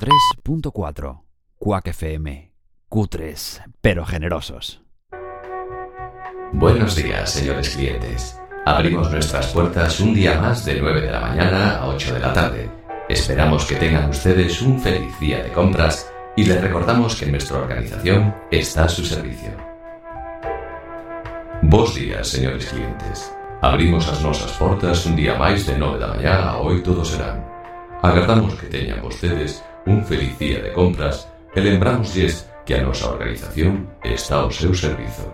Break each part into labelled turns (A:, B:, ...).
A: 103.4 Quack FM. Cutres, pero generosos.
B: Buenos días, señores clientes. Abrimos nuestras puertas un día más de 9 de la mañana a 8 de la tarde. Esperamos que tengan ustedes un feliz día de compras y les recordamos que nuestra organización está a su servicio. Bos días, señores clientes. Abrimos as nosas portas un día máis de 9 da mañá a 8 do serán. Agardamos que teñan vostedes un feliz día de compras e lembramos que a nosa organización está ao seu servizo.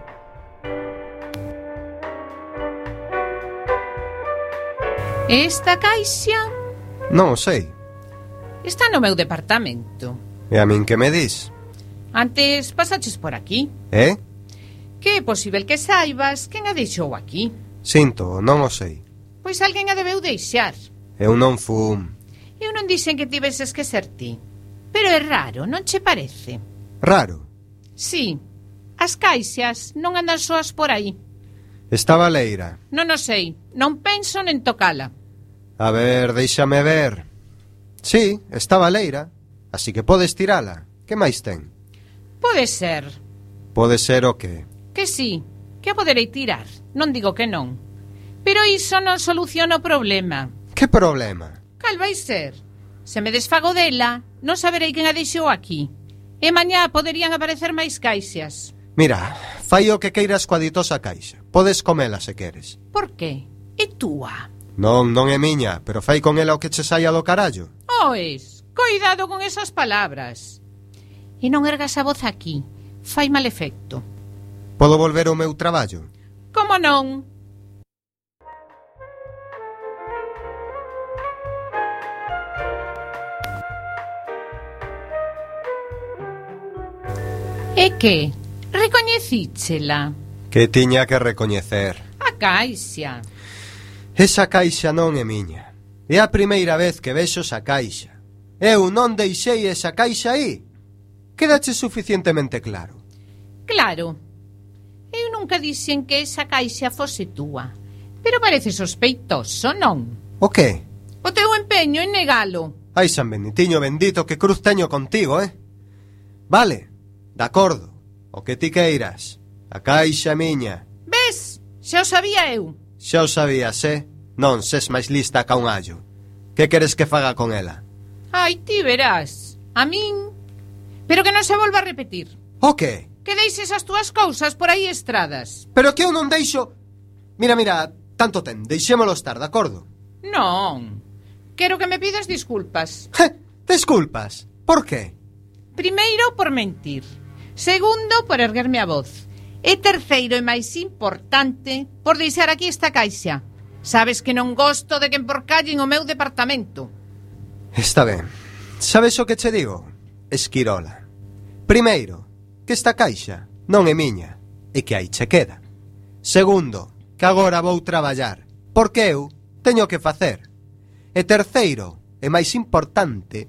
C: Esta caixa
D: Non o sei.
C: está no meu departamento.
D: E a min que me dis?
C: Antes pasaches por aquí.
D: Eh?
C: Que é posível que saibas quen a deixou aquí.
D: Sinto, non o sei.
C: Pois alguén a debeu deixar.
D: Eu non fum.
C: Eu non dixen que tiveses que ser ti. Pero é raro, non che parece?
D: Raro.
C: Sí, as caixas non andan soas por aí.
D: Estaba leira.
C: Non o sei, non penso nen tocala.
D: A ver, déixame ver. Sí, estaba leira. Así que podes tirala. Que máis ten?
C: Pode ser
D: Pode ser o que?
C: que sí, que a poderei tirar. Non digo que non. Pero iso non soluciona o problema.
D: Que problema?
C: Cal vai ser? Se me desfago dela, non saberei quen a deixou aquí. E mañá poderían aparecer máis caixas.
D: Mira, fai o que queiras coa ditosa caixa. Podes comela se queres.
C: Por que? É túa.
D: Non, non é miña, pero fai con ela o que che saia do carallo.
C: Oes, coidado con esas palabras. E non ergas a voz aquí. Fai mal efecto.
D: Podo volver ao meu traballo?
C: Como non? E que? Recoñecíchela.
D: Que tiña que recoñecer.
C: A caixa.
D: Esa caixa non é miña. É a primeira vez que vexo esa caixa. Eu non deixei esa caixa aí. Quédache suficientemente claro.
C: Claro. Eu nunca dixen que esa caixa fose túa. Pero parece sospeitoso, non?
D: O que?
C: O teu empeño en negalo.
D: Ai, San Benitiño bendito, que cruz teño contigo, eh? Vale, de acordo. O que ti queiras. A caixa é miña.
C: Ves? Xa o sabía eu.
D: Xa o sabías, eh? Non ses máis lista ca un allo. Que queres que faga con ela?
C: Ai, ti verás. A min... Pero que non se volva a repetir.
D: O que?
C: Que deixes as túas cousas por aí estradas.
D: Pero que eu non deixo... Mira, mira, tanto ten, deixémolo estar, de acordo?
C: Non. Quero que me pidas disculpas.
D: Je, Desculpas, por que?
C: Primeiro, por mentir. Segundo, por erguerme a voz. E terceiro e máis importante, por deixar aquí esta caixa. Sabes que non gosto de que emporcallen o meu departamento.
D: Está ben. Sabes o que che digo? Esquirola. Primeiro, que esta caixa non é miña e que aí che queda. Segundo, que agora vou traballar, porque eu teño que facer. E terceiro, e máis importante,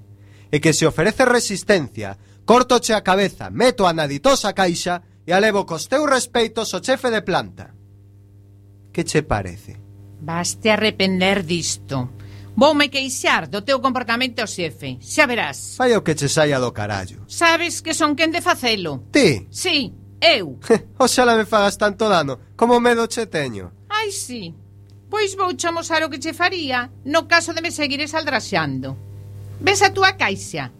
D: é que se ofrece resistencia, cortoche a cabeza, meto a na ditosa caixa e alevo cos teus respeitos o chefe de planta. Que che parece?
C: Vaste arrepender disto. Voume queixar do teu comportamento ao xefe. Xa verás.
D: Fai o que che saia do carallo.
C: Sabes que son quen de facelo.
D: Ti,
C: Sí, eu.
D: oxala me fagas tanto dano, como medo che teño.
C: Ai, sí. Pois vou cho mostrar o que che faría no caso de me seguires aldraxando. Ves a túa caixa.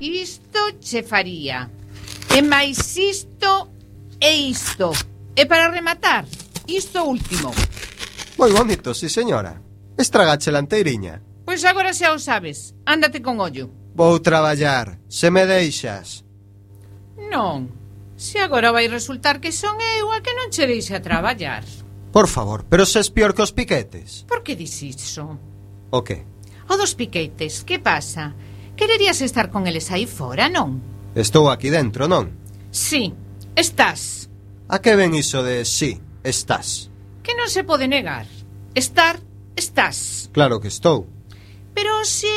C: Isto che faría. E máis isto e isto. E para rematar, isto último.
D: Moi bonito, sí señora. Estragache la anteiriña.
C: Pois agora xa o sabes. Ándate con ollo.
D: Vou traballar, se me deixas.
C: Non. Se agora vai resultar que son eu a que non che deixa traballar.
D: Por favor, pero ses pior que os piquetes.
C: Por que dis iso?
D: O que?
C: O dos piquetes, que pasa? Quererías estar con eles aí fora, non?
D: Estou aquí dentro, non?
C: Sí, estás.
D: A que ven iso de sí, estás?
C: Que non se pode negar. Estar, estás.
D: Claro que estou.
C: Pero se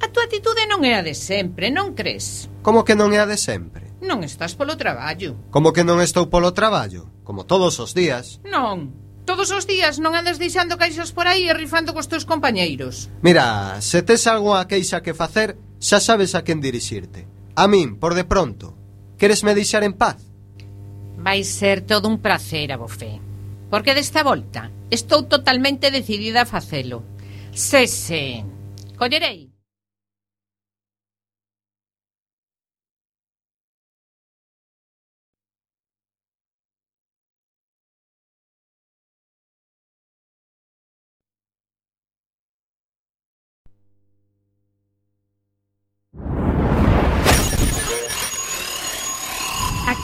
C: a túa atitude non é a de sempre, non crees?
D: Como que non é a de sempre?
C: Non estás polo traballo.
D: Como que non estou polo traballo? Como todos os días.
C: Non. Todos os días non andas deixando caixas por aí e rifando cos teus compañeiros.
D: Mira, se tes algo a queixa que facer, Xa sabes a quen dirixirte. A min, por de pronto. Queres me deixar en paz?
C: Vai ser todo un placer, abofé. Porque desta volta estou totalmente decidida a facelo. Cese. Collerei.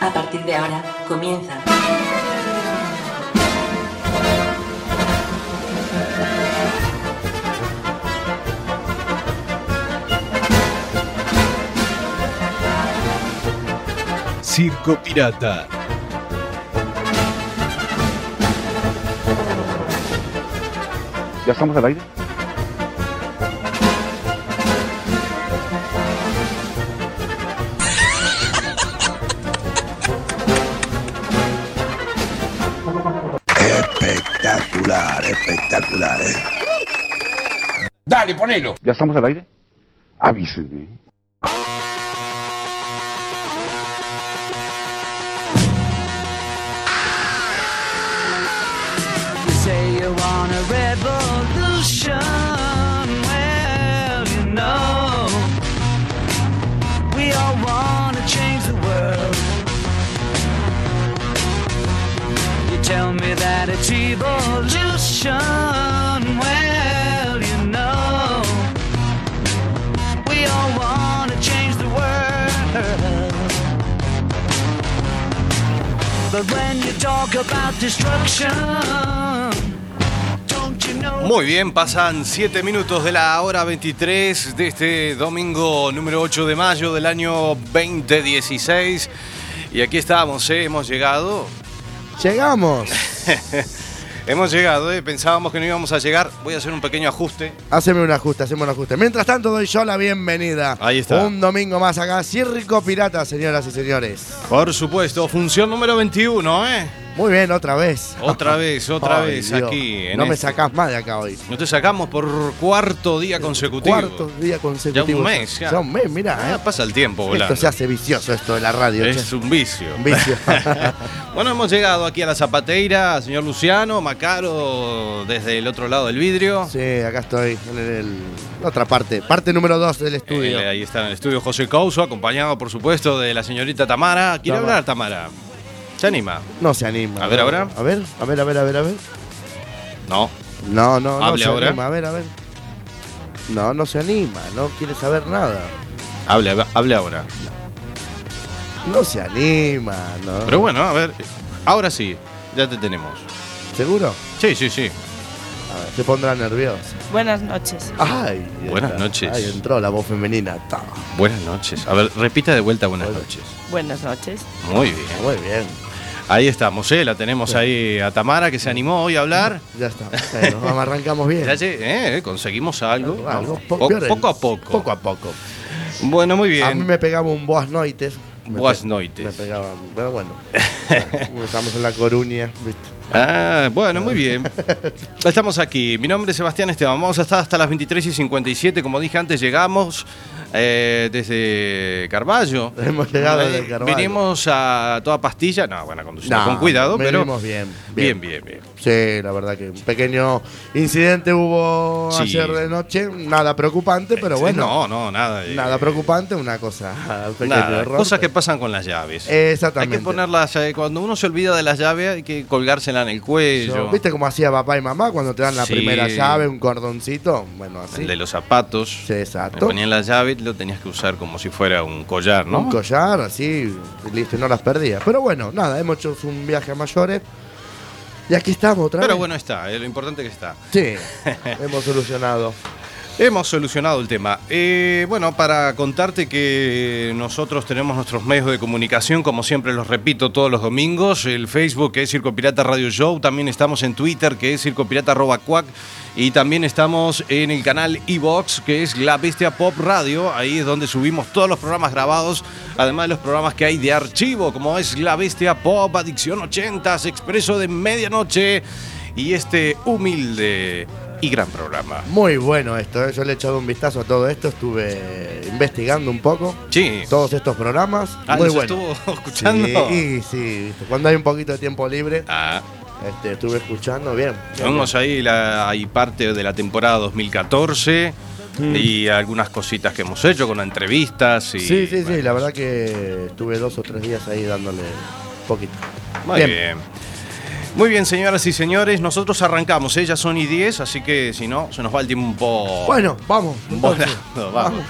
E: A partir de ahora comienza.
F: Circo Pirata.
G: ¿Ya estamos al aire?
H: Espectacular, espectacular. eh.
G: Dale, ponelo. ¿Ya estamos al aire? Avísenme.
I: You say you want a revolution. Well, you know, we all want to change the world. You tell me that it's evolution. Well, you know, we all want to change the world. But when you talk about destruction, don't you know?
J: Muy bien, pasan 7 minutos de la hora 23 de este domingo número 8 de mayo del año 2016. Y aquí estamos, ¿eh? hemos llegado.
K: Llegamos.
J: hemos llegado, ¿eh? pensábamos que no íbamos a llegar. Voy a hacer un pequeño ajuste.
K: Haceme un ajuste, haceme un ajuste. Mientras tanto, doy yo la bienvenida.
J: Ahí está.
K: Un domingo más acá, Circo Pirata, señoras y señores.
J: Por supuesto, función número 21, ¿eh?
K: Muy bien, otra vez.
J: Otra vez, otra
K: Ay,
J: vez
K: Dios.
J: aquí. en
K: No me
J: este-
K: sacás más de acá hoy.
J: No te sacamos por cuarto día consecutivo.
K: Cuarto día consecutivo.
J: Ya un mes, ya.
K: un mes, mirá.
J: Ah,
K: eh.
J: pasa el tiempo volando.
K: Esto se hace vicioso, esto de la radio.
J: Es
K: che.
J: un vicio.
K: Un vicio. Ah,
J: bueno, hemos llegado aquí a la Zapateira, señor Luciano, Macaro, desde el otro lado del vidrio.
K: sí, acá estoy, en, el- en la otra parte. Parte número dos del estudio.
J: Eh, ahí está en el estudio José Couso, acompañado por supuesto de la señorita Tamara. ¿Quiere
K: Tamara.
J: hablar, Tamara? ¿Se anima?
K: No se anima.
J: A ver, ahora.
K: A ver, a ver, a ver, a ver, a ver.
J: No.
K: No, no, no
J: Hable
K: se
J: ahora.
K: anima. A ver, a ver. No, no se anima, no quiere saber nada.
J: Hable, hable ahora.
K: No se anima, no.
J: Pero bueno, a ver. Ahora sí, ya te tenemos.
K: ¿Seguro?
J: Sí, sí, sí.
K: A ver, se pondrá nervioso.
L: Buenas noches.
K: Ay,
J: Buenas
K: está.
J: noches.
K: Ahí entró la voz femenina. Ta.
J: Buenas noches. A ver, repita de vuelta buenas noches.
L: Buenas noches.
J: Muy bien.
K: Muy bien.
J: Ahí estamos, ¿eh? La tenemos ahí a Tamara que se animó hoy a hablar.
K: Ya está. Eh, nos vamos, arrancamos bien.
J: Ya lle- eh, conseguimos algo.
K: Algo,
J: Po-
K: po- peor,
J: poco a poco.
K: Poco a poco.
J: Bueno, muy
K: A mí
J: bien.
K: me pegaba un boas noites. Me
J: Buenas
K: pe- Me
J: noites.
K: pegaban, pero bueno. Estamos en La Coruña, ¿viste?
J: Ah, bueno, muy bien. Estamos aquí. Mi nombre es Sebastián Esteban. Vamos a estar hasta las 23 y 57. Como dije antes, llegamos eh, desde Carballo.
K: Hemos llegado
J: Eh,
K: desde Carvalho.
J: Vinimos a toda pastilla. No, bueno, conduciendo
K: No,
J: con cuidado, pero.
K: venimos bien,
J: Bien,
K: bien.
J: bien, bien.
K: Sí, la verdad que un pequeño incidente hubo
J: Sí.
K: ayer de noche. Nada preocupante, pero bueno.
J: No, no, nada. eh,
K: Nada preocupante, una cosa. un pequeño
J: nada.
K: error,
J: Cosas que
K: pero-
J: pasan con las llaves.
K: Exactamente.
J: Hay que ponerlas. eh, cuando uno se olvida de las llaves, hay que colgársela en el cuello.
K: ¿Viste cómo hacía papá y mamá cuando te dan la
J: Sí.
K: primera llave, un cordoncito? Bueno,
J: El
K: así.
J: de los zapatos.
K: Sí, exacto.
J: Le ponían la llave y lo tenías que usar como si fuera un collar, ¿no?
K: Un collar, así, listo, y no las perdía. Pero bueno, nada, hemos hecho un viaje a mayores. Y aquí estamos otra
J: Pero
K: vez.
J: bueno, está, eh, lo importante que está.
K: Sí, hemos solucionado.
J: Hemos solucionado el tema. Eh, bueno, para contarte que nosotros tenemos nuestros medios de comunicación, como siempre los repito todos los domingos, el Facebook que es Circo Pirata Radio Show, también estamos en Twitter que es Circo Pirata arroba cuac, y también estamos en el canal Evox que es La Bestia Pop Radio, ahí es donde subimos todos los programas grabados, además de los programas que hay de archivo, como es La Bestia Pop, Adicción 80s, Expreso de Medianoche y este humilde y gran programa.
K: Muy bueno esto, ¿eh? yo le he echado un vistazo a todo esto, estuve investigando un poco
J: Sí.
K: todos estos programas.
J: Ah,
K: muy
J: ¿nos
K: bueno.
J: estuvo escuchando?
K: Sí, y sí, viste, cuando hay un poquito de tiempo libre,
J: Ah,
K: este, estuve escuchando bien. bien,
J: Tenemos ahí, la, hay parte de la temporada 2014
K: Mm.
J: y algunas cositas que hemos hecho con entrevistas y
K: Sí, sí, sí, la verdad que estuve dos o tres días ahí dándole poquito.
J: Muy bien. Muy bien, señoras y señores, nosotros arrancamos, ellas son y 10, así que si no, se nos va el tiempo.
K: Bueno, vamos. entonces.
J: Volando, vamos.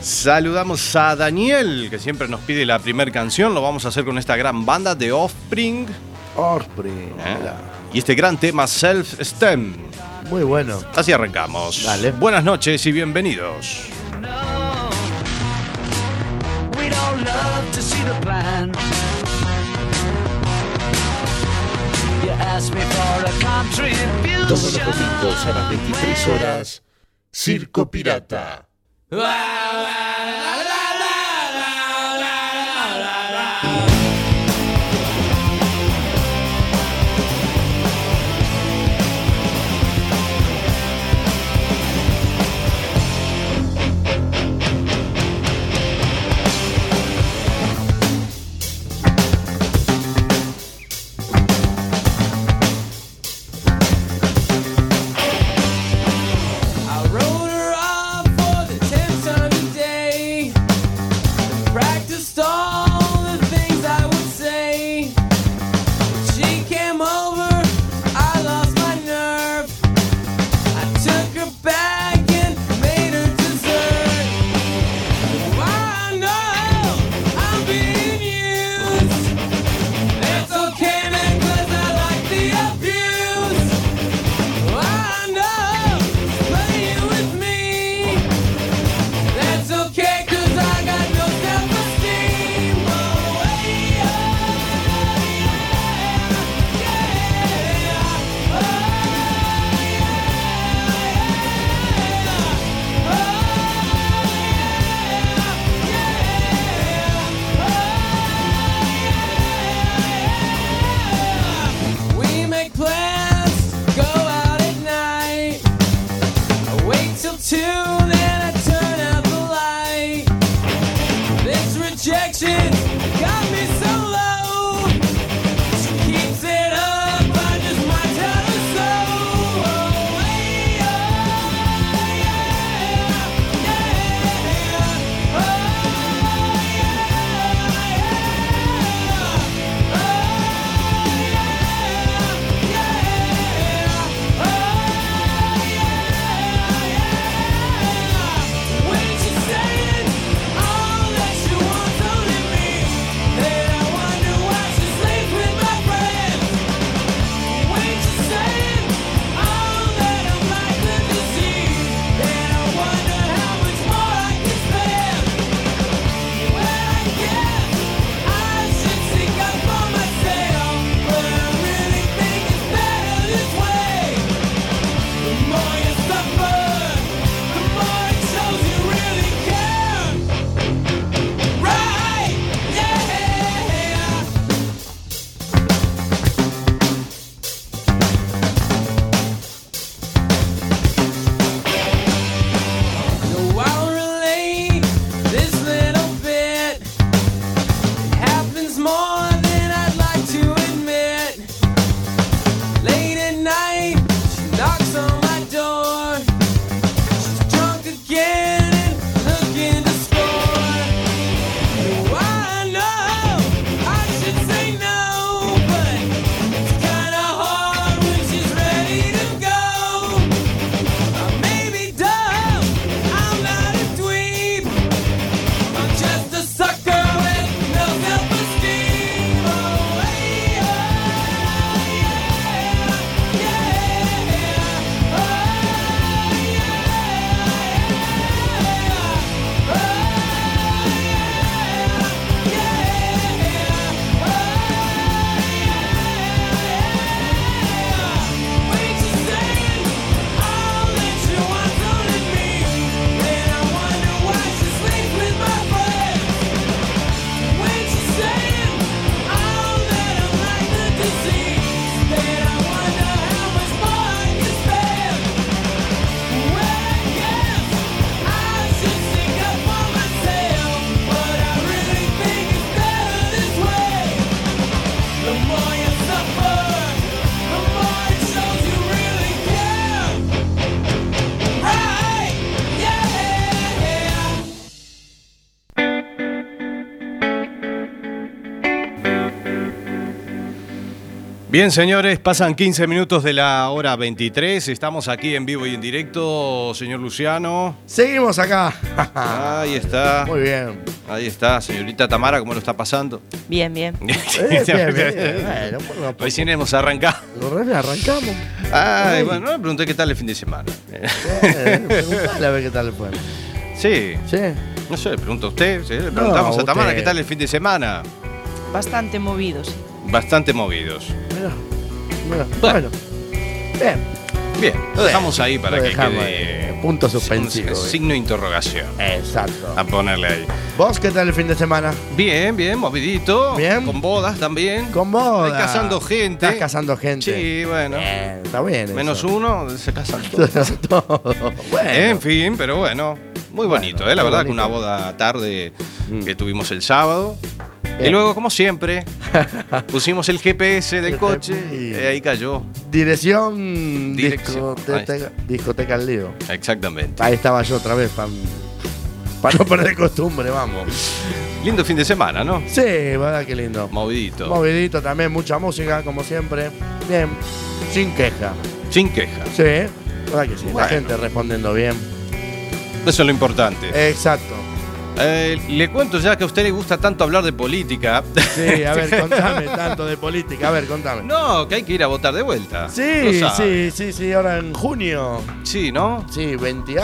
J: Saludamos a Daniel, que siempre nos pide la primera canción, lo vamos a hacer con esta gran banda de Offspring.
K: Offspring.
J: Y este gran tema Self-Stem.
K: Muy bueno.
J: Así arrancamos. Buenas noches y bienvenidos.
I: We don't love to see the plan. You ask me for a
L: Todos los
I: contribution.
L: domingos a las 23 horas, Circo Pirata.
I: I wrote her off for the tenth time today. Practiced all the things I would say. She came over, I lost my nerve. I took her back and made her dessert. I know I'm being used. It's okay, man, 'cause I like the abuse. I know playing with me. That's okay, 'cause I got no self-esteem. Oh, hey, oh, We make plans, go out at night. I wait till two, then I turn out the light. This rejection got me so low. She keeps it up, I just might tell her so. Oh, hey, oh, Oh,
J: Bien, señores, pasan 15 minutos de la hora 23. Estamos aquí en vivo y en directo, señor Luciano.
K: Seguimos acá.
J: Ahí está.
K: Ah. Muy bien.
J: Ahí está, señorita Tamara, ¿cómo lo está pasando?
M: Bien, bien.
K: Eh, bien, bien. Bueno, pues, poco a poco.
J: Recién hemos arrancado.
K: Lo re- arrancamos.
J: Ay,
K: Ay.
J: bueno, no le pregunté qué tal el fin de semana.
K: Eh, preguntale a ver qué tal le fue.
J: Sí.
K: Sí.
J: No sé, le pregunto a usted. sí, Le preguntamos a
K: usted.
J: Tamara qué tal el fin de semana.
M: Bastante movidos.
J: Bastante movidos.
K: Mirá, mirá. Bueno. Bien.
J: Bien, lo dejamos ahí para
K: Lo
J: que
K: dejamos
J: quede.
K: ahí. Punto
J: un
K: suspensivo, eh.
J: signo de interrogación.
K: Exacto.
J: A ponerle ahí.
K: ¿Vos qué tal el fin de semana?
J: Bien, bien, movidito.
K: Bien.
J: Con bodas también.
K: Con vos.
J: Estoy cazando gente.
K: Estás cazando gente.
J: Sí, bueno.
K: Está bien. eso.
J: Menos uno, se casan todos.
K: Todo. Bueno.
J: En fin, pero bueno. Muy bonito, ¿eh? La
K: muy
J: verdad que una
K: bonito. Mm.
J: boda tarde que tuvimos el sábado. Y luego, como siempre, pusimos el GPS del coche y ahí cayó.
K: Dirección,
J: Dirección. Ahí
K: Discoteca, discoteca al lío.
J: Exactamente.
K: Ahí estaba yo otra vez para no perder costumbre, vamos.
J: Lindo fin de semana, ¿no?
K: Sí, verdad que lindo.
J: Movidito.
K: Movidito también, mucha música, como siempre. Bien, sin queja.
J: Sin queja.
K: Sí, verdad que sí.
J: Bueno.
K: La gente respondiendo bien.
J: Eso es lo importante.
K: Exacto.
J: Eh, le cuento ya que a usted le gusta tanto hablar de política.
K: Sí, a ver, contame tanto de política. A ver, contame.
J: No, que hay que ir a votar de vuelta.
K: Sí,
J: Lo sabe.
K: sí, sí, sí, ahora en junio.
J: Sí, ¿no?
K: Sí, 20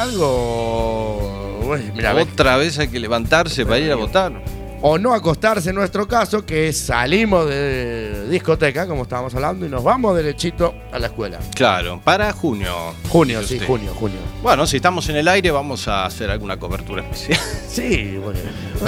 K: algo. Uy, mira,
J: Otra vez hay que levantarse para ir a votar.
K: o no acostarse en nuestro caso, que es salimos de discoteca, como estábamos hablando, y nos vamos derechito a la escuela.
J: Claro, para junio.
K: Junio,
J: dice
K: sí,
J: usted.
K: junio, junio.
J: Bueno, si estamos en el aire vamos a hacer alguna cobertura especial.
K: Sí, bueno,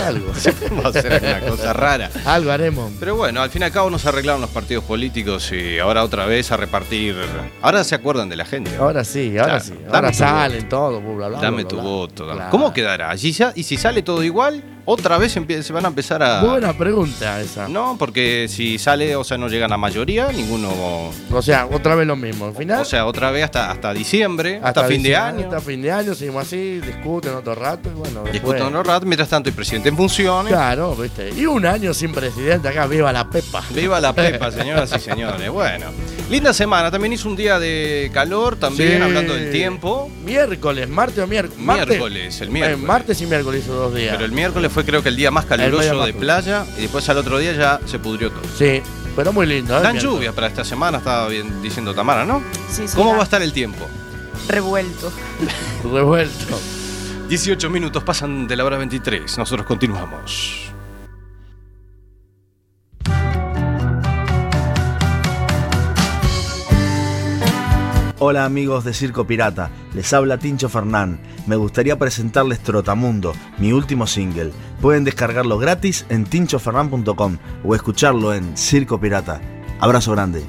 K: algo.
J: vamos a hacer alguna cosa rara.
K: algo haremos.
J: Pero bueno, al fin y al cabo nos arreglaron los partidos políticos y ahora otra vez a repartir. Ahora se acuerdan de la gente.
K: Ahora sí, ahora
J: Claro,
K: sí.
J: dame
K: Ahora
J: tu
K: salen todo, bla, bla, bla,
J: Dame
K: bla,
J: tu
K: bla.
J: voto. dame-
K: Claro.
J: ¿Cómo quedará? Allí ya- y si sale todo igual, otra vez empie- se van a empezar a.
K: Buena pregunta esa.
J: No, porque si sale, o sea, no llegan a mayoría, ninguno.
K: O sea, otra vez lo mismo. Al final,
J: O sea, otra vez hasta, hasta diciembre, hasta, fin de
K: diciembre,
J: año.
K: Hasta fin de año, seguimos así, discuten otro rato y bueno. después-
J: Discuten un rato, mientras tanto el presidente en funciones.
K: Claro, viste. Y un año sin presidente acá, viva la Pepa.
J: Viva la Pepa, señoras y señores. Bueno, linda semana. También hizo un día de calor, también
K: Sí.
J: hablando del tiempo.
K: Miércoles, martes o miércoles.
J: Miércoles, el miércoles.
K: martes y miércoles hizo dos días.
J: Pero el miércoles fue creo que el día más
K: El día
J: caluroso
K: más
J: de
K: caluroso.
J: playa y después al otro día ya se pudrió todo.
K: Sí, pero muy lindo. ¿eh?
J: Dan
K: Miércoles.
J: lluvias para esta semana, estaba bien diciendo Tamara, ¿no?
M: Sí, sí,
J: ¿Cómo
M: ya.
J: va a estar el tiempo?
M: Revuelto.
K: Revuelto.
J: 18 minutos pasan de la hora 23. Nosotros continuamos.
N: Hola amigos de Circo Pirata, les habla Tincho Fernán. Me gustaría presentarles Trotamundo, mi último single. Pueden descargarlo gratis en tinchofernan.com o escucharlo en Circo Pirata. Abrazo grande.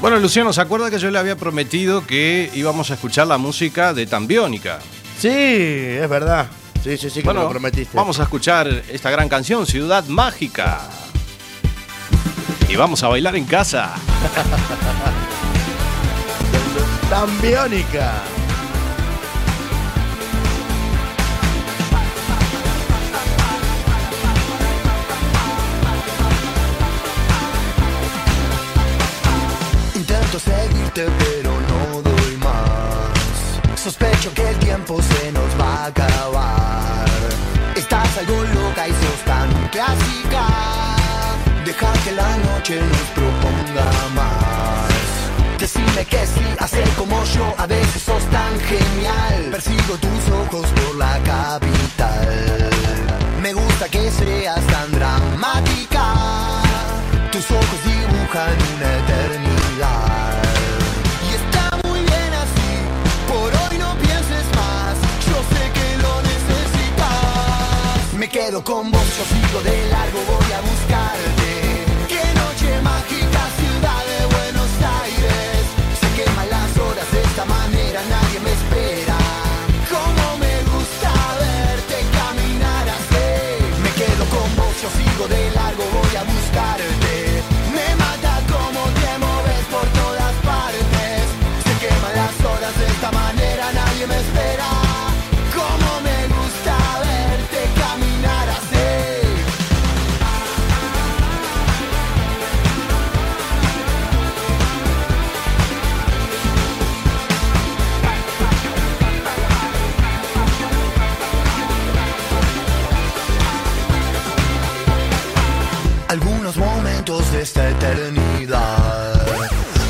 J: Bueno, Luciano, ¿se acuerda que yo le había prometido que íbamos a escuchar la música de Tambiónica?
K: Sí, es verdad. Sí, sí, sí, que me lo prometiste.
J: Vamos a escuchar esta gran canción, Ciudad Mágica. Y vamos a bailar en casa.
K: Tambiónica.
O: Intento seguirte pero no doy más Sospecho que el tiempo se nos va a acabar Estás algo loca y sos tan clásica Deja que la noche nos proponga más Decime que sí, hacer como yo, a veces sos tan genial Persigo tus ojos por la capital Me gusta que seas tan dramática tus ojos dibujan una eternidad. Y está muy bien así, por hoy no pienses más, yo sé que lo necesitas. Me quedo con vos, yo sigo de largo, voy a buscarte. Qué noche mágica, ciudad de Buenos Aires. Se queman las horas de esta manera, nadie me espera. Cómo me gusta verte caminar así. Me quedo con vos, yo sigo de largo, voy a buscarte. Me mata como te moves por todas partes. Se queman las horas de esta manera, nadie me espera. Cómo me gusta verte caminar así.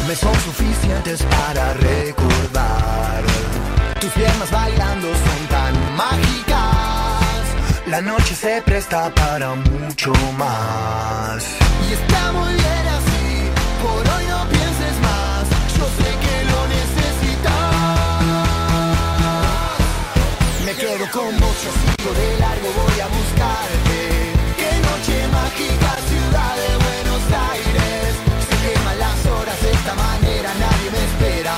O: me son suficientes para recordar. Tus piernas bailando son tan mágicas. La noche se presta para mucho más. Y está muy bien así, por hoy no pienses más. Yo sé que lo necesitas. Me quedo con vos, yo sigo de largo, voy a buscarte. Qué noche mágica, ciudad de Buenos Aires. Se queman las horas, de esta manera nadie me espera.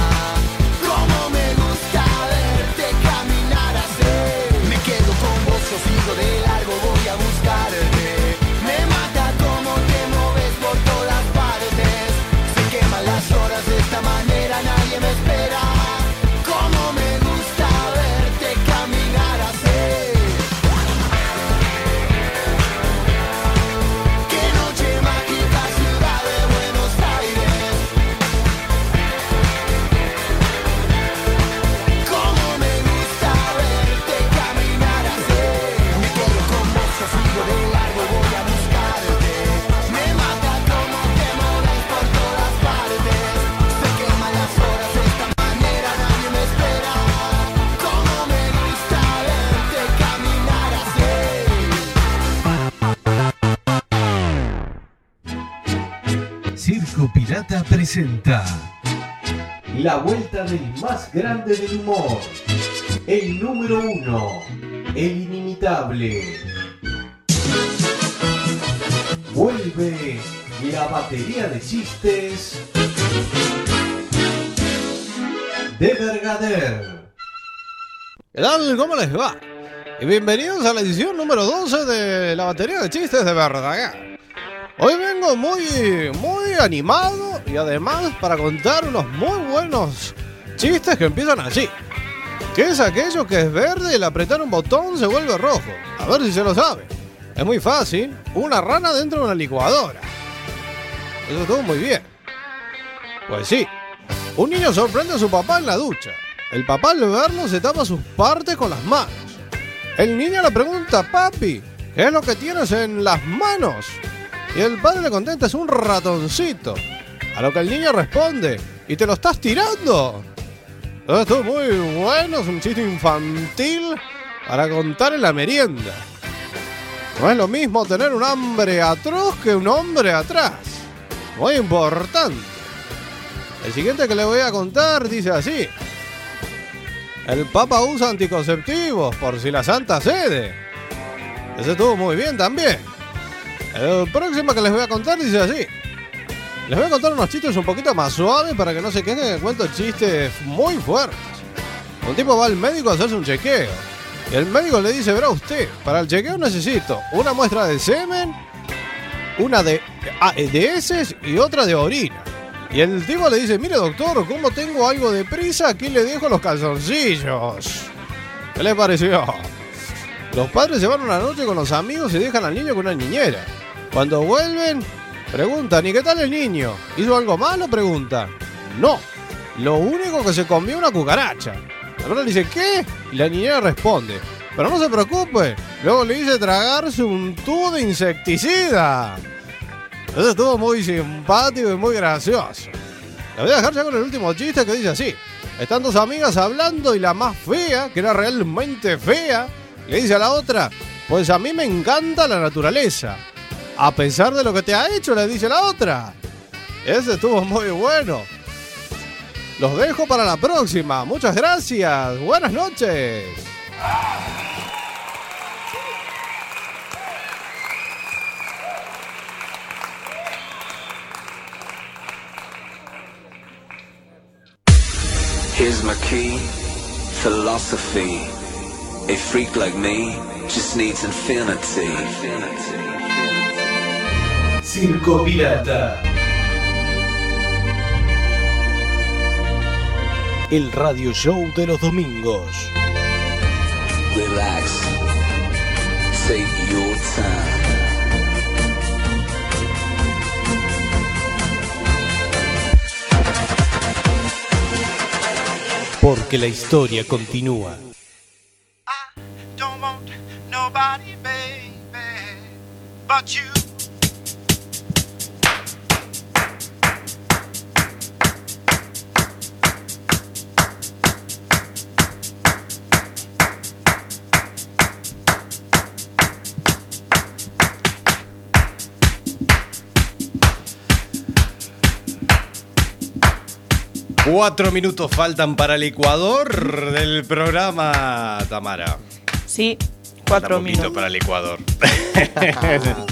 O: Como me gusta verte caminar así. Me quedo con vos, yo sigo de largo, voy a buscarte. Me mata como te moves por todas partes. Se queman las horas, de esta manera nadie me espera. Como me gusta verte caminar así. Qué noche mágica, ciudad de Buenos Aires. Cómo me gusta verte caminar así. Me quedo con vos, yo sigo de largo, voy a buscarte. Me mata como te mueves por todas partes. Se queman las horas, de esta manera nadie me espera. Cómo me gusta verte caminar así.
F: Circo Pirata presenta
P: La vuelta del más grande del humor. El número uno. El inimitable. Vuelve la batería de chistes de Bergader.
Q: ¿Qué tal? ¿Cómo les va? Y bienvenidos a la edición número 12 de la batería de chistes de Verdaguer. Hoy vengo muy, muy animado y además para contar unos muy buenos chistes que empiezan así. ¿Qué es aquello que es verde y al apretar un botón se vuelve rojo? A ver si se lo sabe. Es muy fácil. Una rana dentro de una licuadora. Eso estuvo muy bien. Pues sí. Un niño sorprende a su papá en la ducha. El papá al verlo se tapa sus partes con las manos. El niño le pregunta, papi, ¿qué es lo que tienes en las manos? Y el padre le contesta, es un ratoncito. A lo que el niño responde, ¿y te lo estás tirando? Todo estuvo muy bueno, es un chiste infantil para contar en la merienda. No es lo mismo tener un hambre atroz que un hombre atrás. Muy importante. El siguiente que le voy a contar dice así. El Papa usa anticonceptivos por si la Santa cede. Ese estuvo muy bien también. El próximo que les voy a contar dice así. Les voy a contar unos chistes un poquito más suaves para que no se quejen que cuento chistes muy fuertes. Un tipo va al médico a hacerse un chequeo. Y el médico le dice, verá usted, para el chequeo necesito una muestra de semen, una de, ah, de heces y otra de orina. Y el tipo le dice, mire doctor, como tengo algo de prisa, aquí le dejo los calzoncillos. ¿Qué le pareció? Los padres se van una noche con los amigos y dejan al niño con una niñera. Cuando vuelven, preguntan, ¿y qué tal el niño? ¿Hizo algo malo? Pregunta. No, lo único que se comió una cucaracha. La verdad le dice, ¿qué? Y la niñera responde, pero no se preocupe, luego le hice tragarse un tubo de insecticida. Eso estuvo muy simpático y muy gracioso. La voy a dejar ya con el último chiste que dice así. Están dos amigas hablando y la más fea, que era realmente fea, le dice a la otra, pues a mí me encanta la naturaleza. A pesar de lo que te ha hecho, le dice la otra. Ese estuvo muy bueno. Los dejo para la próxima. Muchas gracias. Buenas noches.
R: Here's my key, philosophy. A freak like me just needs infinity.
P: Circo Pirata.
F: el radio show de los domingos.
R: Relax. Take your time.
F: Porque la historia continúa.
S: Don't want nobody, baby, but you.
J: Cuatro minutos faltan para el Ecuador del programa, Tamara.
M: Sí, cuatro
J: Un poquito
M: minutos.
J: para el Ecuador.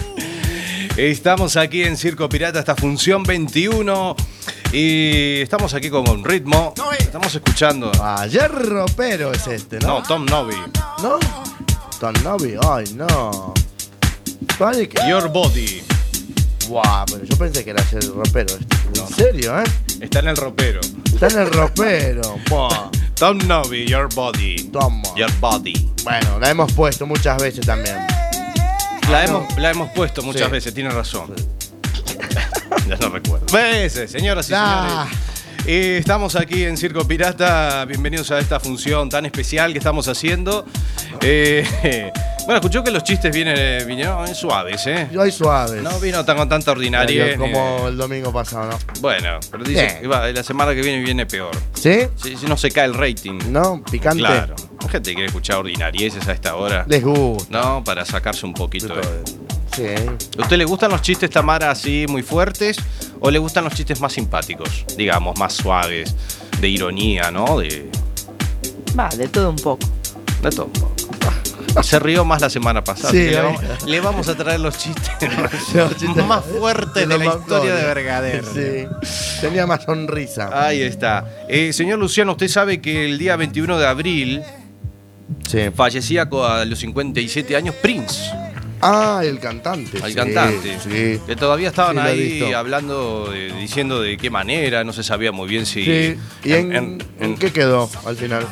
J: Estamos aquí en Circo Pirata, esta función 21. Y estamos aquí con un ritmo. Estamos escuchando.
K: Ayer ropero es este, ¿no?
J: No, Tom Novi.
K: ¿No? Tom Novi, ay, no. Panic.
J: Your Body.
K: Guau, pero yo pensé que era ayer ropero este. ¿En serio, eh?
J: Está en el ropero.
K: Está en el ropero. Buah.
J: Tom Novi, Your Body. Your Body.
K: Bueno, la hemos puesto muchas veces también.
J: La hemos, la hemos puesto muchas
K: Sí.
J: veces, tiene razón. ya no recuerdo. Veces, señoras y
K: Ah.
J: señores. Eh, estamos aquí en Circo Pirata. Bienvenidos a esta función tan especial que estamos haciendo. Eh, bueno, escuchó que los chistes vienen, vinieron eh, suaves, ¿eh?
K: Yo hay suaves.
J: No vino tan con tanta ordinariedad.
K: como el domingo pasado, ¿no?
J: Bueno, pero dice
K: Bien.
J: que va- la semana que viene viene peor.
K: ¿Sí?
J: Si, si no se cae el rating.
K: ¿No? ¿Picante?
J: Claro. La gente quiere escuchar ordinarieces a esta hora.
K: Les gusta.
J: No, para sacarse un poquito de.
K: Sí.
J: ¿A usted le gustan los chistes, Tamara, así muy fuertes? ¿O le gustan los chistes más simpáticos? Digamos, más suaves, de ironía, ¿no? De,
M: Va, de todo un poco.
J: de todo. un poco. Se rió más la semana pasada.
K: Sí,
J: así que le,
K: ahí.
J: vamos, le vamos a traer los chistes,
K: Los chistes
J: más fuertes de la
K: los más
J: historia de
K: flores.
J: Vergadero.
K: Sí. Tenía más sonrisa.
J: Ahí está. Eh, señor Luciano, usted sabe que el día 21 de abril fallecía co- a los 57 años Prince.
K: Ah, el cantante.
J: al
K: sí,
J: cantante.
K: Sí.
J: Que todavía estaban
K: Sí, lo he
J: ahí
K: visto.
J: hablando, de- diciendo de qué manera, no se sabía muy bien si.
K: Sí. ¿Y en,
J: en- en-
K: en qué quedó al final?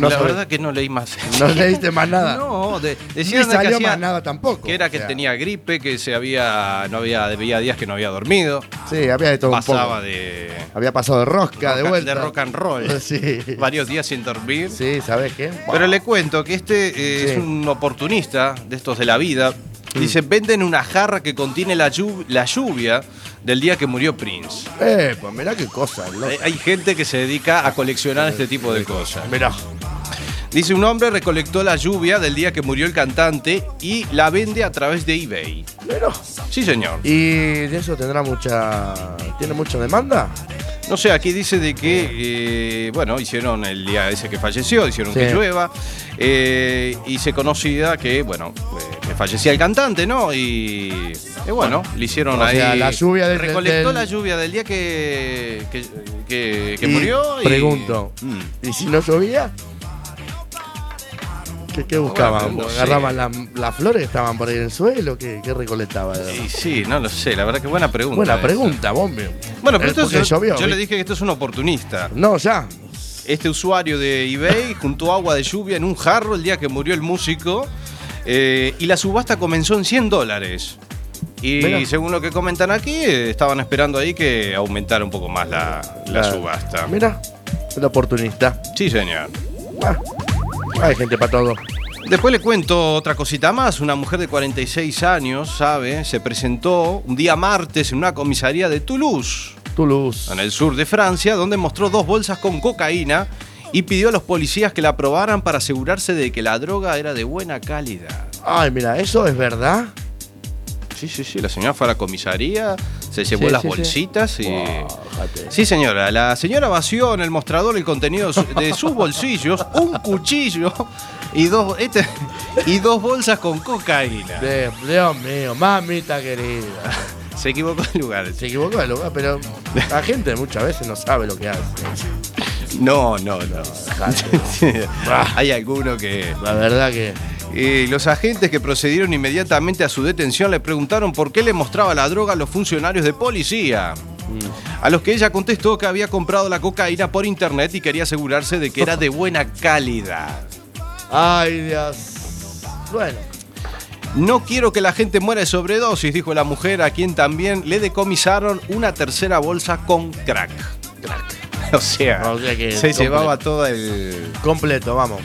J: la
K: sabés.
J: verdad que no leí más.
K: No leíste más nada.
J: No, de-
K: Ni
J: decían de que,
K: salió
J: hacía-
K: más nada tampoco.
J: que era que
K: O sea,
J: tenía gripe, que se había, no había, había días que no había dormido.
K: Sí, había de todo un poco.
J: Pasaba de.
K: Había pasado de rosca, de
J: rock-
K: vuelta.
J: rock and roll.
K: Sí.
J: Varios días sin dormir.
K: Sí, ¿sabes qué?
J: Pero le cuento que este eh,
K: Sí. Mm.
J: es un oportunista de estos de la vida. Dice, venden una jarra que contiene la, llu- la lluvia del día que murió Prince.
K: Eh, pues mirá qué cosa, loco.
J: Hay- Hay gente que se dedica a coleccionar este tipo de cosas.
K: Mirá.
J: Dice, un hombre recolectó la lluvia del día que murió el cantante y la vende a través de eBay. Sí, señor.
K: ¿Y de eso tendrá mucha. ¿Tiene mucha demanda?
J: No sé, aquí dice de que, eh, bueno, hicieron el día ese que falleció, hicieron
K: Sí.
J: que llueva, eh, y se conocía que, bueno, eh, que fallecía el cantante, ¿no? Y, y bueno, le hicieron
K: O
J: ahí...
K: sea, la lluvia del-
J: Recolectó
K: del-
J: la lluvia del día que, que, que- que
K: Y
J: murió y...
K: Pregunto.
J: Mm.
K: ¿Y si no llovía? ¿Qué, qué buscaban?
J: Bueno, no sé.
K: ¿Agarraban la- las flores que estaban por ahí en el suelo? ¿Qué, qué recolectaba?
J: Y sí, no lo sé, la verdad que buena pregunta.
K: Buena
J: esa.
K: pregunta, bombe.
J: Bueno, pero
K: Eh,
J: esto es-
K: porque llovió,
J: yo le
K: ¿viste?
J: dije que esto es un oportunista.
K: No, ya.
J: Este usuario de eBay juntó agua de lluvia en un jarro el día que murió el músico eh, y la subasta comenzó en 100 dólares. Y
K: Mirá.
J: según lo que comentan aquí, eh, estaban esperando ahí que aumentara un poco más la, la
K: Claro.
J: subasta.
K: Mira, el oportunista.
J: Sí, señor.
K: Hay gente para todo.
J: Después le cuento otra cosita más. Una mujer de 46 años, ¿sabe? Se presentó un día martes en una comisaría de Toulouse.
K: Toulouse.
J: en el sur de Francia, donde mostró dos bolsas con cocaína y pidió a los policías que la probaran para asegurarse de que la droga era de buena calidad.
K: Ay, mira, ¿eso es verdad?
J: Sí, sí, sí, la señora fue a la comisaría, se llevó
K: Sí,
J: las
K: sí, sí.
J: bolsitas y... Sí, señora, la señora vació en el mostrador el contenido de su- de sus bolsillos, un cuchillo y dos, este- y dos bolsas con cocaína.
K: De- Dios mío, mamita querida.
J: Se equivocó el lugar.
K: Se equivocó el lugar, pero la gente muchas veces no sabe lo que hace.
J: No, no, no. Hay alguno que...
K: La verdad que.
J: Eh, los agentes que procedieron inmediatamente a su detención le preguntaron por qué le mostraba la droga a los funcionarios de policía.
R: Hmm.
J: A los que ella contestó que había comprado la cocaína por internet y quería asegurarse de que era de buena calidad.
K: Ay, Dios. Bueno,
J: No quiero que la gente muera de sobredosis, dijo la mujer, a quien también le decomisaron una tercera bolsa con crack. O sea,
K: O sea que
J: se
K: completo.
J: llevaba todo el...
K: completo, vamos.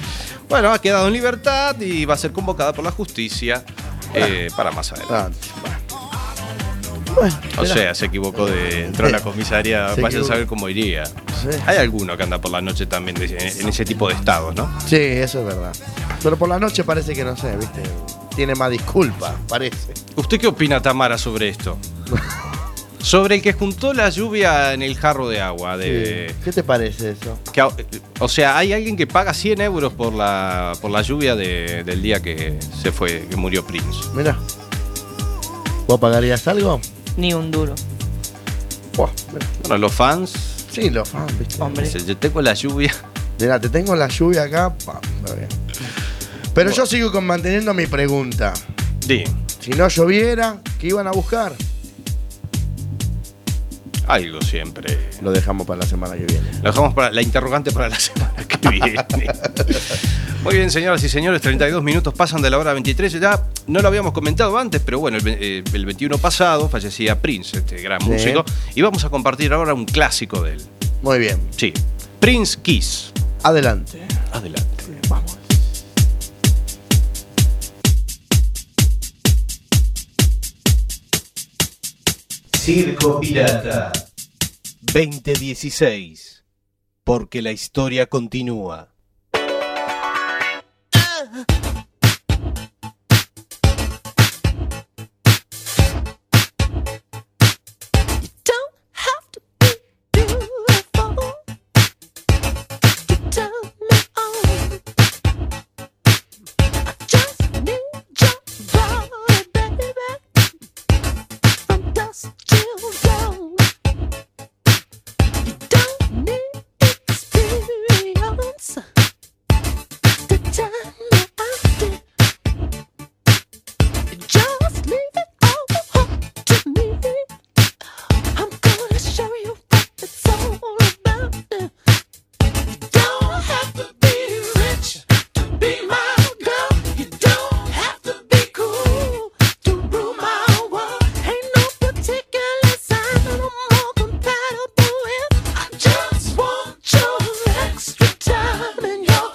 J: Bueno, ha quedado en libertad y va a ser convocada por la justicia eh, para más adelante.
K: Ah,
J: O sea, se equivocó de entró a la comisaría,
K: Se
J: vaya a
K: equivocó.
J: saber cómo iría.
K: Sí.
J: Hay alguno que anda por la noche también de- en ese tipo de estados, ¿no?
K: Sí, eso es verdad. Pero por la noche parece que no sé, ¿viste? Tiene más disculpa, parece.
J: ¿Usted qué opina, Tamara, sobre esto? Sobre el que juntó la lluvia en el jarro de agua. De,
K: ¿Qué te parece eso?
J: que a- o sea, hay alguien que paga 100 euros por la, por la lluvia de- del día que se fue, que murió Prince.
K: Mira. ¿Vos pagarías algo?
M: Ni un duro.
K: Buah, mira.
J: Bueno, los fans.
K: Sí, los fans, viste.
J: dicen, yo tengo la lluvia.
K: Mira, te tengo la lluvia acá. pam, me voy. Pero yo sigo con manteniendo mi pregunta.
J: Sí.
K: Si no lloviera, ¿qué iban a buscar?
J: Algo siempre.
K: Lo dejamos para la semana que viene.
J: Lo dejamos para la interrogante para la semana que viene. Muy bien, señoras y señores, 32 minutos pasan de la hora 23. Ya no lo habíamos comentado antes, pero bueno, el, ve- eh, el 21 pasado fallecía Prince, este gran
K: Sí.
J: músico. Y vamos a compartir ahora un clásico de él.
K: Muy bien.
J: Sí. Prince Kiss.
K: Adelante.
J: Adelante.
P: Circo Pirata.
F: 2016. Porque la historia continúa.
A: don't have to be beautiful to turn me on. I just need your body, baby, from dusk till dawn. You don't need experience to turn me on. You just leave it all up to me. I'm gonna show you what it's all about. You don't have to be rich to be my girl. You don't have to be cool to rule my world. Ain't no particular sign that I'm more compatible with. I just want your extra time and your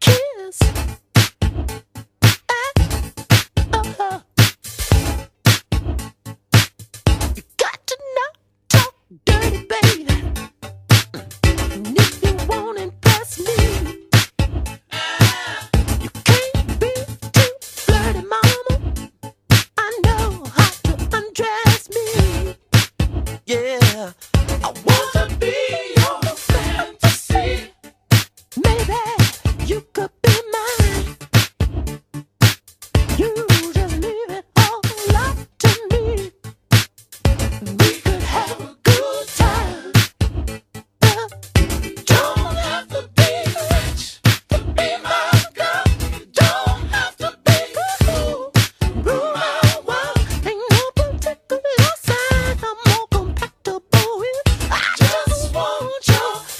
A: kiss. Uh, got to not talk dirty, baby. And if you won't impress me, you can't be too flirty, mama. I know how to undress me. Yeah, I want to be your fantasy. Maybe you could be mine. You just leave it all up to me. We could have a good time. Don't have to be rich to be my girl. Don't have to be cool. Rule my world. Ain't no particular sign I'm more compatible with. I just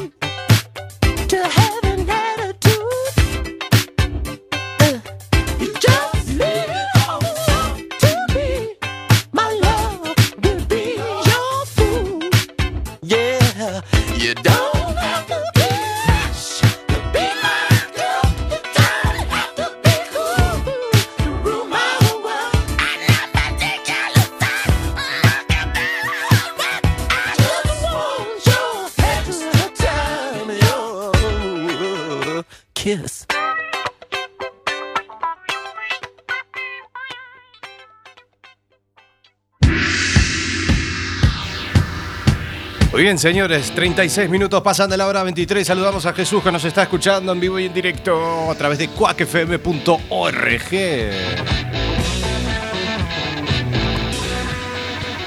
A: Uh,
J: Muy bien, señores, 36 minutos pasan de la hora 23. Saludamos a Jesús que nos está escuchando en vivo y en directo a través de cuacfm.org.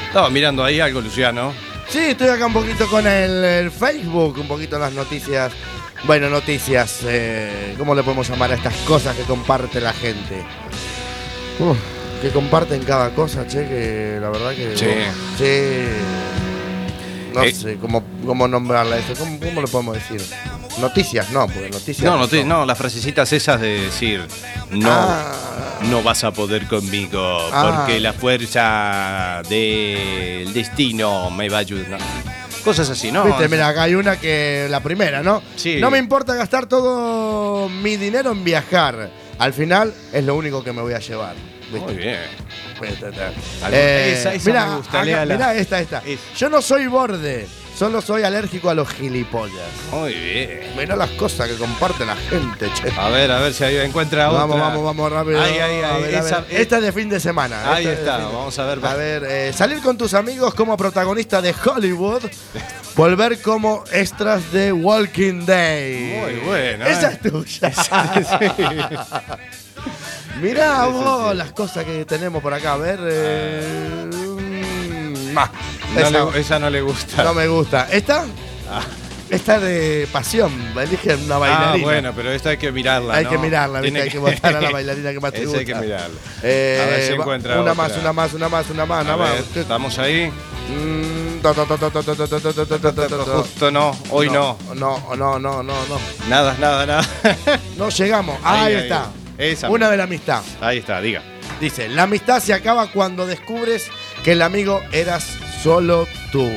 J: Estaba mirando ahí algo, Luciano.
K: Sí, estoy acá un poquito con el, el Facebook, un poquito las noticias. Bueno, noticias, eh, ¿cómo le podemos llamar a estas cosas que comparte la gente? Uf, que comparten cada cosa, che, que la verdad que.
J: Sí.
K: che, No
J: Eh.
K: sé cómo, cómo nombrarla eso, ¿Cómo, cómo lo podemos decir? Noticias, no, porque noticias.
J: No, no, te- no, las frasecitas esas de decir, no,
K: Ah.
J: no vas a poder conmigo
K: Ah.
J: porque la fuerza del destino me va a ayudar. Cosas así, ¿no?
K: Viste, mira, acá hay una que la primera, ¿no?
J: Sí.
K: No me importa gastar todo mi dinero en viajar. Al final es lo único que me voy a llevar. ¿viste? Pues,
J: Muy bien.
K: Eh,
J: Esa- esa
K: mirá,
J: me gusta,
K: acá,
J: léala.
K: mirá esta, esta. Yo no soy borde, solo soy alérgico a los gilipollas.
J: Muy bien.
K: Mirá las cosas que comparte la gente, che.
J: A ver, a ver si ahí encuentra otra.
K: Vamos, vamos, vamos, rápido.
J: Ahí, ahí,
K: A
J: ahí,
K: ver, a
J: esa-
K: ver. Esta es de fin de semana.
J: Ahí
K: Esta es de
J: está,
K: fin de-
J: vamos a ver.
K: A ver, eh, salir con tus amigos como protagonista de Hollywood, volver como extras de Walking Day.
J: Muy bueno,
K: Esa
J: eh.
K: es tuya. Mirá vos las cosas que tenemos por acá. A ver. eh, mm, ah,
J: Ah. No le-
K: esa
J: esa, no le gusta.
K: no me gusta. ¿Esta?
J: Ah.
K: Esta de pasión. Elige una bailarina.
J: Ah, bueno, pero esta hay que mirarla.
K: Hay
J: ¿no?
K: que mirarla, ¿viste?
J: Tiene
K: hay que votar a la bailarina que más te
J: Esa
K: gusta.
J: hay que mirarla.
K: Eh,
J: a ver si
K: va-
J: encuentra
K: Una
J: otra.
K: más, una más, una más, una más,
J: A
K: una más.
J: ver, Estamos ahí.
K: Mm, to, to, to, to, to, to, to, to, to, to, to, to, to.
J: Justo no, hoy no.
K: No, no, no, no, no.
J: Nada, nada, nada.
K: No llegamos. Ahí,
J: Ahí, ahí.
K: está.
J: Esa.
K: Una de la amistad.
J: Ahí está, diga.
K: Dice, la amistad se acaba cuando descubres que el amigo eras solo tú.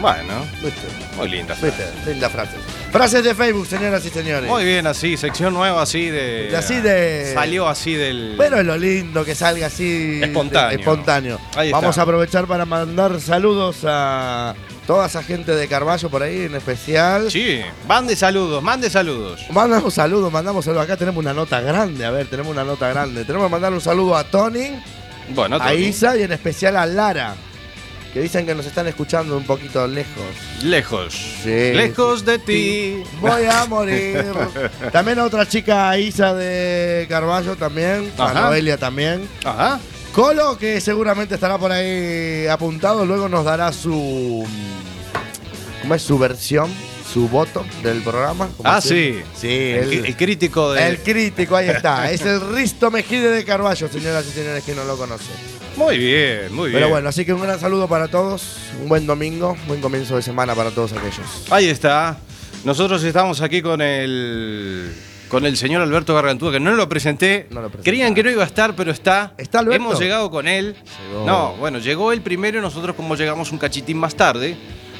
J: Bueno,
K: ¿Viste?
J: muy linda.
K: ¿Viste? Linda frase. Frases de Facebook, señoras y señores.
J: Muy bien, así, sección nueva, así de.
K: De así de-
J: Salió así del.
K: Pero es lo lindo que salga así
J: Espontáneo.
K: espontáneo.
J: Ahí está.
K: Vamos a aprovechar para mandar saludos a toda esa gente de Carballo por ahí, en especial.
J: Sí, mande saludos, mande saludos.
K: Mandamos saludos, mandamos saludos. Acá tenemos una nota grande, a ver, tenemos una nota grande. Tenemos que mandar un saludo a Tony,
J: Bueno,
K: a
J: Tony,
K: Isa y en especial a Lara, que dicen que nos están escuchando un poquito lejos.
J: Lejos. Lejos de ti.
K: Voy a morir. También a otra chica, a Isa de Carballo también,
J: Ajá.
K: a Noelia también.
J: Ajá.
K: Colo, que seguramente estará por ahí apuntado, luego nos dará su. ¿Cómo es? Su versión, su voto del programa. como
J: Ah, sí.
K: siempre.
J: el,
K: el-
J: el crítico de.
K: El crítico, ahí está. es el Risto Mejide de Carballo, señoras y señores que no lo conocen.
J: Muy bien, muy bien.
K: Pero bueno, así que un gran saludo para todos, un buen domingo, buen comienzo de semana para todos aquellos.
J: Ahí está. Nosotros estamos aquí con el con el señor Alberto Gargantúa, que no lo presenté. Creían que no iba a estar, pero está.
K: ¿Está Alberto?
J: Hemos llegado con él.
K: Llegó.
J: No, bueno, llegó él primero y nosotros como llegamos un cachitín más tarde.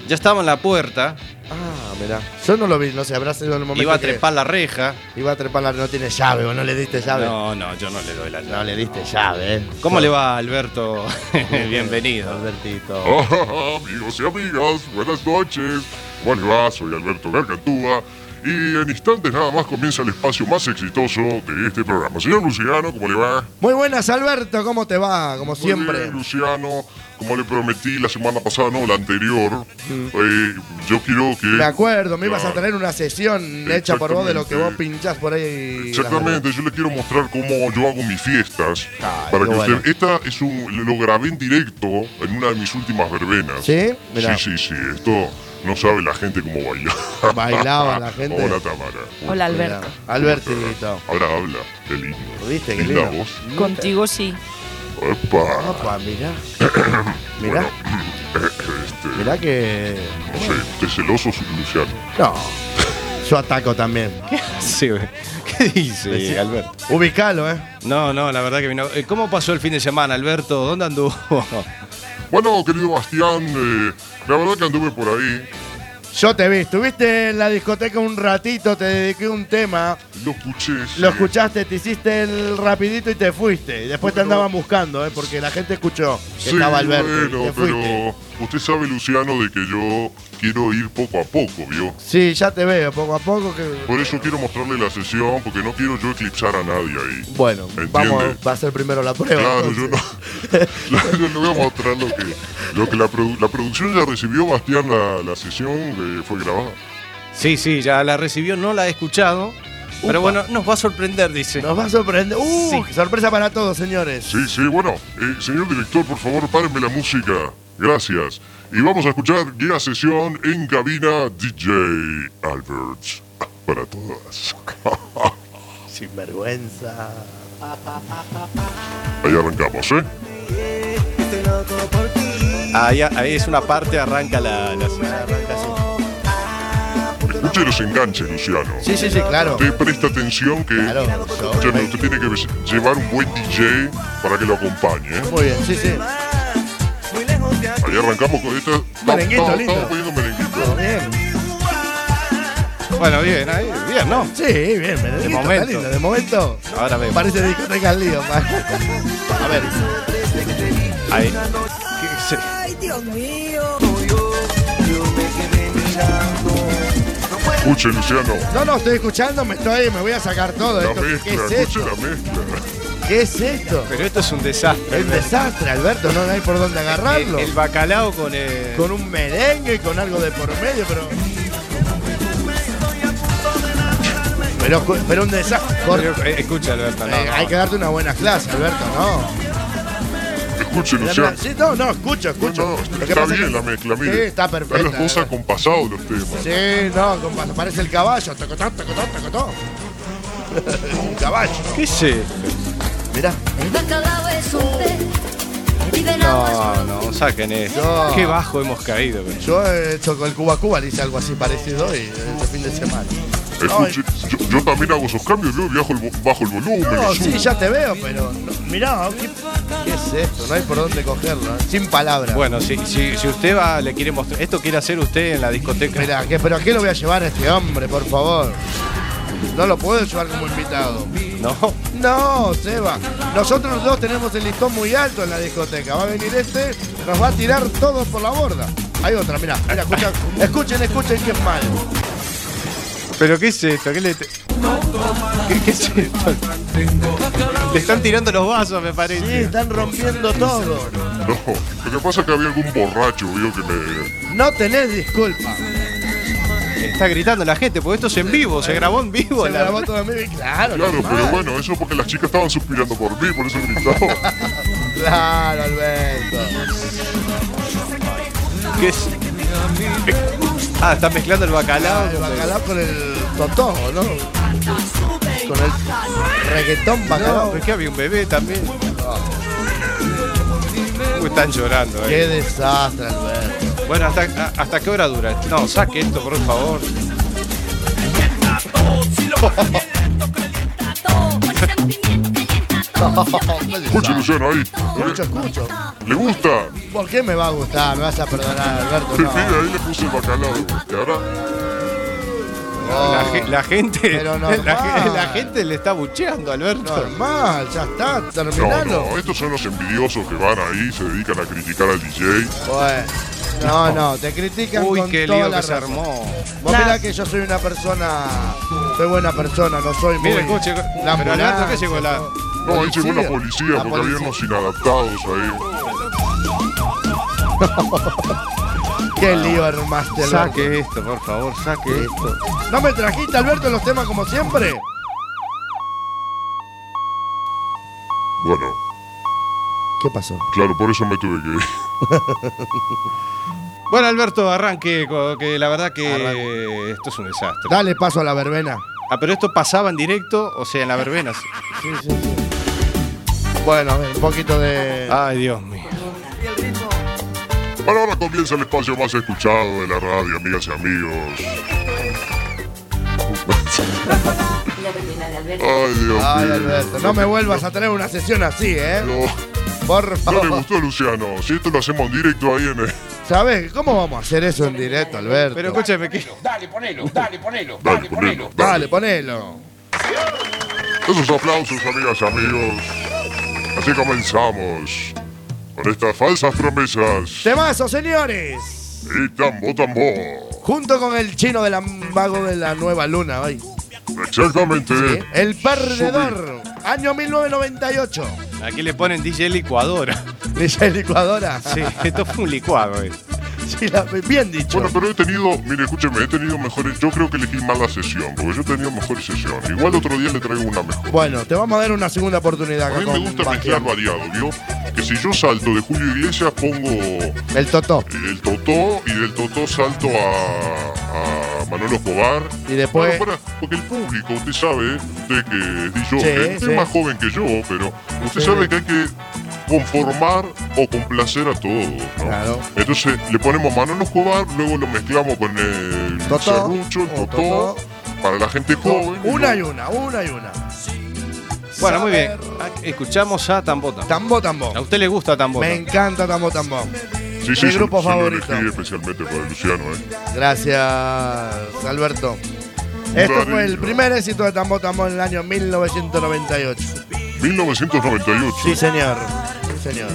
J: Ya estaba en la puerta,
K: Ah, mirá. Yo no lo vi, no sé, habrá sido en el momento.
J: iba a
K: que-
J: trepar la reja.
K: Iba a trepar la. No tiene llave, o no le diste llave.
J: No, no, yo no le doy la llave. No
K: le diste llave, eh.
J: ¿Cómo le va, Alberto? Bienvenido.
B: Ah, amigos y amigas, buenas noches. ¿Cómo les va? Soy Alberto Gargantúa. Y en instantes nada más comienza el espacio más exitoso de este programa. Señor Luciano, ¿cómo le va?
K: Muy buenas, Alberto, ¿cómo te va? Como
B: Muy
K: siempre.
B: bien, Luciano, como le prometí la semana pasada, no, la anterior, eh, yo quiero que...
K: Me Mm. acuerdo, me ibas a
B: Claro.
K: tener una sesión hecha por vos de lo que vos pinchás por ahí.
B: Exactamente, yo le quiero mostrar cómo yo hago mis fiestas.
K: qué
B: para que usted.
K: bueno.
B: Esta es un. Lo grabé en directo en una de mis últimas verbenas.
K: ¿Sí? Mirá.
B: Sí, sí, sí. Esto no sabe la gente cómo bailaba.
K: Bailaba la gente.
B: Hola, Tamara.
M: Hola, Alberto.
K: Albertito.
B: Ahora habla. Qué lindo.
K: ¿Viste?
M: qué
B: Linda
M: lindo.
B: voz.
M: Contigo sí.
B: Epa.
K: Opa, mirá.
B: Bueno,
K: Mirá.
B: este,
K: Mirá que.
B: no sé, ¿usted es celoso, Luciano?
K: No. Yo ataco también.
J: Sí, güey. ¿Qué dice,
K: Decí-
J: Alberto?
K: Ubicalo, ¿eh?
J: No, no, la verdad que vino. Eh, ¿Cómo pasó el fin de semana, Alberto? ¿Dónde anduvo?
B: Bueno, querido Bastián, eh, la verdad que anduve por ahí.
K: Yo te vi, estuviste en la discoteca un ratito, te dediqué un tema.
B: Lo escuché. sí.
K: Lo escuchaste, te hiciste el rapidito y te fuiste. Y Después te
B: Bueno.
K: andaban buscando, ¿eh? porque la gente escuchó que
B: Sí,
K: estaba Alberto. y
B: bueno,
K: te fuiste.
B: pero usted sabe, Luciano, de que yo quiero ir poco a poco, ¿vio?
K: Sí, ya te veo, poco a poco. Que...
B: Por eso quiero mostrarle la sesión, porque no quiero yo eclipsar a nadie ahí.
K: Bueno,
B: ¿Entiende?
K: Vamos, va a ser primero la prueba.
B: eh. Claro,
K: entonces.
B: yo no, claro, yo le voy a mostrar lo que, lo que la, produ- la producción ya recibió, Bastián, la, la sesión eh, fue grabada.
J: Sí, sí, ya la recibió, no la he escuchado. Pero bueno, nos va a sorprender, dice.
K: Nos va a sorprender. ¡Uh!
J: Sí.
K: Sorpresa para todos, señores.
B: Sí, sí, bueno, eh, señor director, por favor, párenme la música. Gracias. Y vamos a escuchar guía sesión en cabina DJ Alberts. Para todas.
K: Sin vergüenza.
B: Ahí arrancamos, ¿eh?
J: Ahí, ahí es una parte, arranca la. la
B: Escuche los enganches, Luciano.
K: Sí, sí, sí, claro.
B: Usted presta atención que Luciano, usted tiene que ves- llevar un buen DJ para que lo acompañe. ¿eh?
K: Muy bien, sí, sí.
B: Ahí arrancamos con esta.
K: Merenguito,
B: Estamos-
K: lindo.
B: estamos poniendo merenguito.
J: Bueno, bien, ahí, bien, ¿no?
K: Sí, bien, me
J: De momento.
K: de momento.
J: Ahora vemos.
K: Parece discoteca al lío. pa.
J: A ver. Ahí. Sí.
B: Escuche, Luciano.
K: No, no, estoy escuchando, me estoy, me voy a sacar todo
B: La
K: esto. ¿Qué
B: mezcla,
K: es
B: escuche
K: esto?
B: la mezcla.
K: ¿Qué es esto?
J: Pero esto es un desastre.
K: Es un desastre, Alberto, no hay por dónde agarrarlo.
J: El, el bacalao con el.
K: Con un merengue y con algo de por medio, pero. Pero, cu- pero un desastre. Cor-
J: Eh, Escucha, Alberto, no,
K: Eh,
J: no.
K: Hay que darte una buena clase, Alberto, no.
B: Escuche, Luciano.
K: Sí, no, no, escucho, escucho. Lo que
B: Está
K: pasa es
B: bien
K: que-
B: la mezcla, mire.
K: Sí, está
B: Ahí
K: perfecta.
B: los
J: eh.
B: dos acompasados los temas.
K: Sí, no, compa, parece el caballo. Tocotón, tocotón, tocotón. un caballo.
J: ¿Qué es esto?
K: Mirá.
J: No, no, saquen esto.
K: No.
J: Qué bajo hemos caído. güey.
K: Yo he hecho con el Cuba Cuba, le hice algo así parecido y este fin de semana.
B: Escuche, yo, yo también hago esos cambios, yo viajo el vo- bajo el volumen.
K: No,
B: lo
K: sí,
B: subo.
K: ya te veo, pero no, mirá, ¿qué, qué es esto? No hay por dónde cogerlo, ¿eh? sin palabras.
J: Bueno, si, si, si usted va, le quiere mostrar. Esto quiere hacer usted en la discoteca.
K: Mirá, ¿qué- ¿pero a qué lo voy a llevar a este hombre, por favor? No lo puedo llevar como invitado.
J: No.
K: No, Seba. Nosotros dos tenemos el listón muy alto en la discoteca. Va a venir este, nos va a tirar todos por la borda. Hay otra, mirá, mirá, escucha- escuchen, escuchen que es malo.
J: ¿Pero qué es esto? ¿Qué, le te- ¿Qué- qué es esto? Le están tirando los vasos, me parece.
K: Sí, están rompiendo todo.
B: No, lo que pasa es que había algún borracho, vio, que me.
K: No tenés disculpa.
J: Está gritando la gente, porque esto es en vivo, se grabó en vivo.
K: Se
J: la-
K: grabó todo en vivo y claro.
B: Claro,
K: normal.
B: pero bueno, eso porque las chicas estaban suspirando por mí, por eso gritaba.
K: Claro, Alberto.
J: ¿Qué es? Ah, está mezclando el bacalao.
K: El bacalao con el totojo, ¿no? Con el reggaetón
J: No,
K: bacalao. Ah.
J: pero es que había un bebé también. Uy, están llorando, eh.
K: Qué desastre, Alberto.
J: Bueno, ¿hasta, a- ¿hasta qué hora dura? No, saque esto, por favor.
B: Escuche, Luciano, ahí.
K: Escucho, escucho.
B: ¿Le gusta?
K: ¿Por qué me va a gustar? Me vas a perdonar, Alberto.
B: Mira,
K: No.
B: ahí le puse el bacalao. Y ahora, Ah.
J: La, ge- la gente.
K: Pero
J: la,
K: normal.
J: ge- la gente le está bucheando, Alberto.
K: Normal, ya está,
B: no,
K: terminalo.
B: no, estos son los envidiosos que van ahí, se dedican a criticar al DJ.
K: Bueno, no, no, te critican
J: Uy,
K: con
J: qué
K: toda
J: lío
K: la
J: que se
K: razón.
J: armó.
K: Vos mirá que yo soy una persona, soy buena persona, no soy muy...
J: Mira, escuche.
K: La
J: pero Alberto, ¿qué
K: ambulancia,
J: llegó la.?
B: No, ahí llegó la
K: La
B: policía, porque
K: policía.
B: había unos inadaptados ahí.
K: Qué lío armaste, Alberto.
J: Saque esto, por favor, saque esto.
K: ¿No me trajiste, Alberto, los temas como siempre?
B: Bueno,
K: ¿Qué pasó?
B: claro, por eso me tuve que ir.
J: Bueno, Alberto, arranque, co- que la verdad que esto es un desastre.
K: Dale paso a la verbena.
J: Ah, pero esto pasaba en directo, o sea, en la verbena. sí.
K: Bueno, a ver, un poquito de...
J: Ay, Dios mío.
B: Bueno, ahora comienza el espacio más escuchado de la radio, amigas y amigos.
E: La verbena de Alberto.
B: Ay, Dios mío.
K: Ay, Alberto, no me vuelvas a traer una sesión así, ¿eh?
B: No,
K: Por
B: No
K: favor.
B: le gustó, Luciano. Si esto lo hacemos en directo ahí en el...
K: ¿Sabes cómo vamos a hacer eso en directo, Alberto?
J: Pero escúchame, ¿qué?
D: Dale, ponelo, dale, ponelo.
B: Dale, ponelo.
K: Dale, ponelo.
B: Esos aplausos, amigas y amigos. Así comenzamos. Con estas falsas promesas.
K: Temazo, señores.
B: Y tambo, tambo.
K: Junto con el chino del mago de la nueva luna hoy.
B: Exactamente.
K: El perdedor. Año 1998.
J: Aquí le ponen DJ licuadora.
K: DJ licuadora.
J: Sí, esto fue un licuado. eh.
K: Sí, la- bien dicho.
B: Bueno, pero he tenido, mire, escúcheme, he tenido mejores. Yo creo que elegí mala sesión, porque yo he tenido mejor sesión. Igual otro día le traigo una mejor.
K: Bueno, te vamos a dar una segunda oportunidad.
B: A mí
K: acá
B: me
K: con
B: gusta
K: Bastián.
B: mezclar variado, ¿vio? Que si yo salto de Julio Iglesias, pongo eh,
K: El Totó.
B: el Totó y del Totó salto a, a Manolo Escobar.
K: Y después-
B: Bueno, para- porque el público, usted sabe, usted que es DJ,
K: Sí,
B: usted
K: sí.
B: es más joven que yo, pero usted
K: Sí.
B: sabe que hay que conformar o complacer a todos, ¿no? Entonces le ponemos Manolo Escobar, luego lo mezclamos con el
K: Totó,
B: serrucho, el
K: o
B: Totó, para la gente joven.
K: Una y una, una y una.
J: Bueno, muy bien. Escuchamos a Tambo Tambo.
K: Tambo Tambo.
J: ¿A usted le gusta Tambo
K: Me
J: Tambo?
K: encanta Tambo Tambo.
B: Sí, sí,
K: Mi
B: sí,
K: grupo
B: sí, lo
K: favorito.
B: elegí especialmente para Luciano, ¿eh?
K: Gracias, Ah, Alberto. Este fue el primer éxito de Tambo Tambo en el año 1998.
B: 1998.
K: Sí, señor. Sí, señor.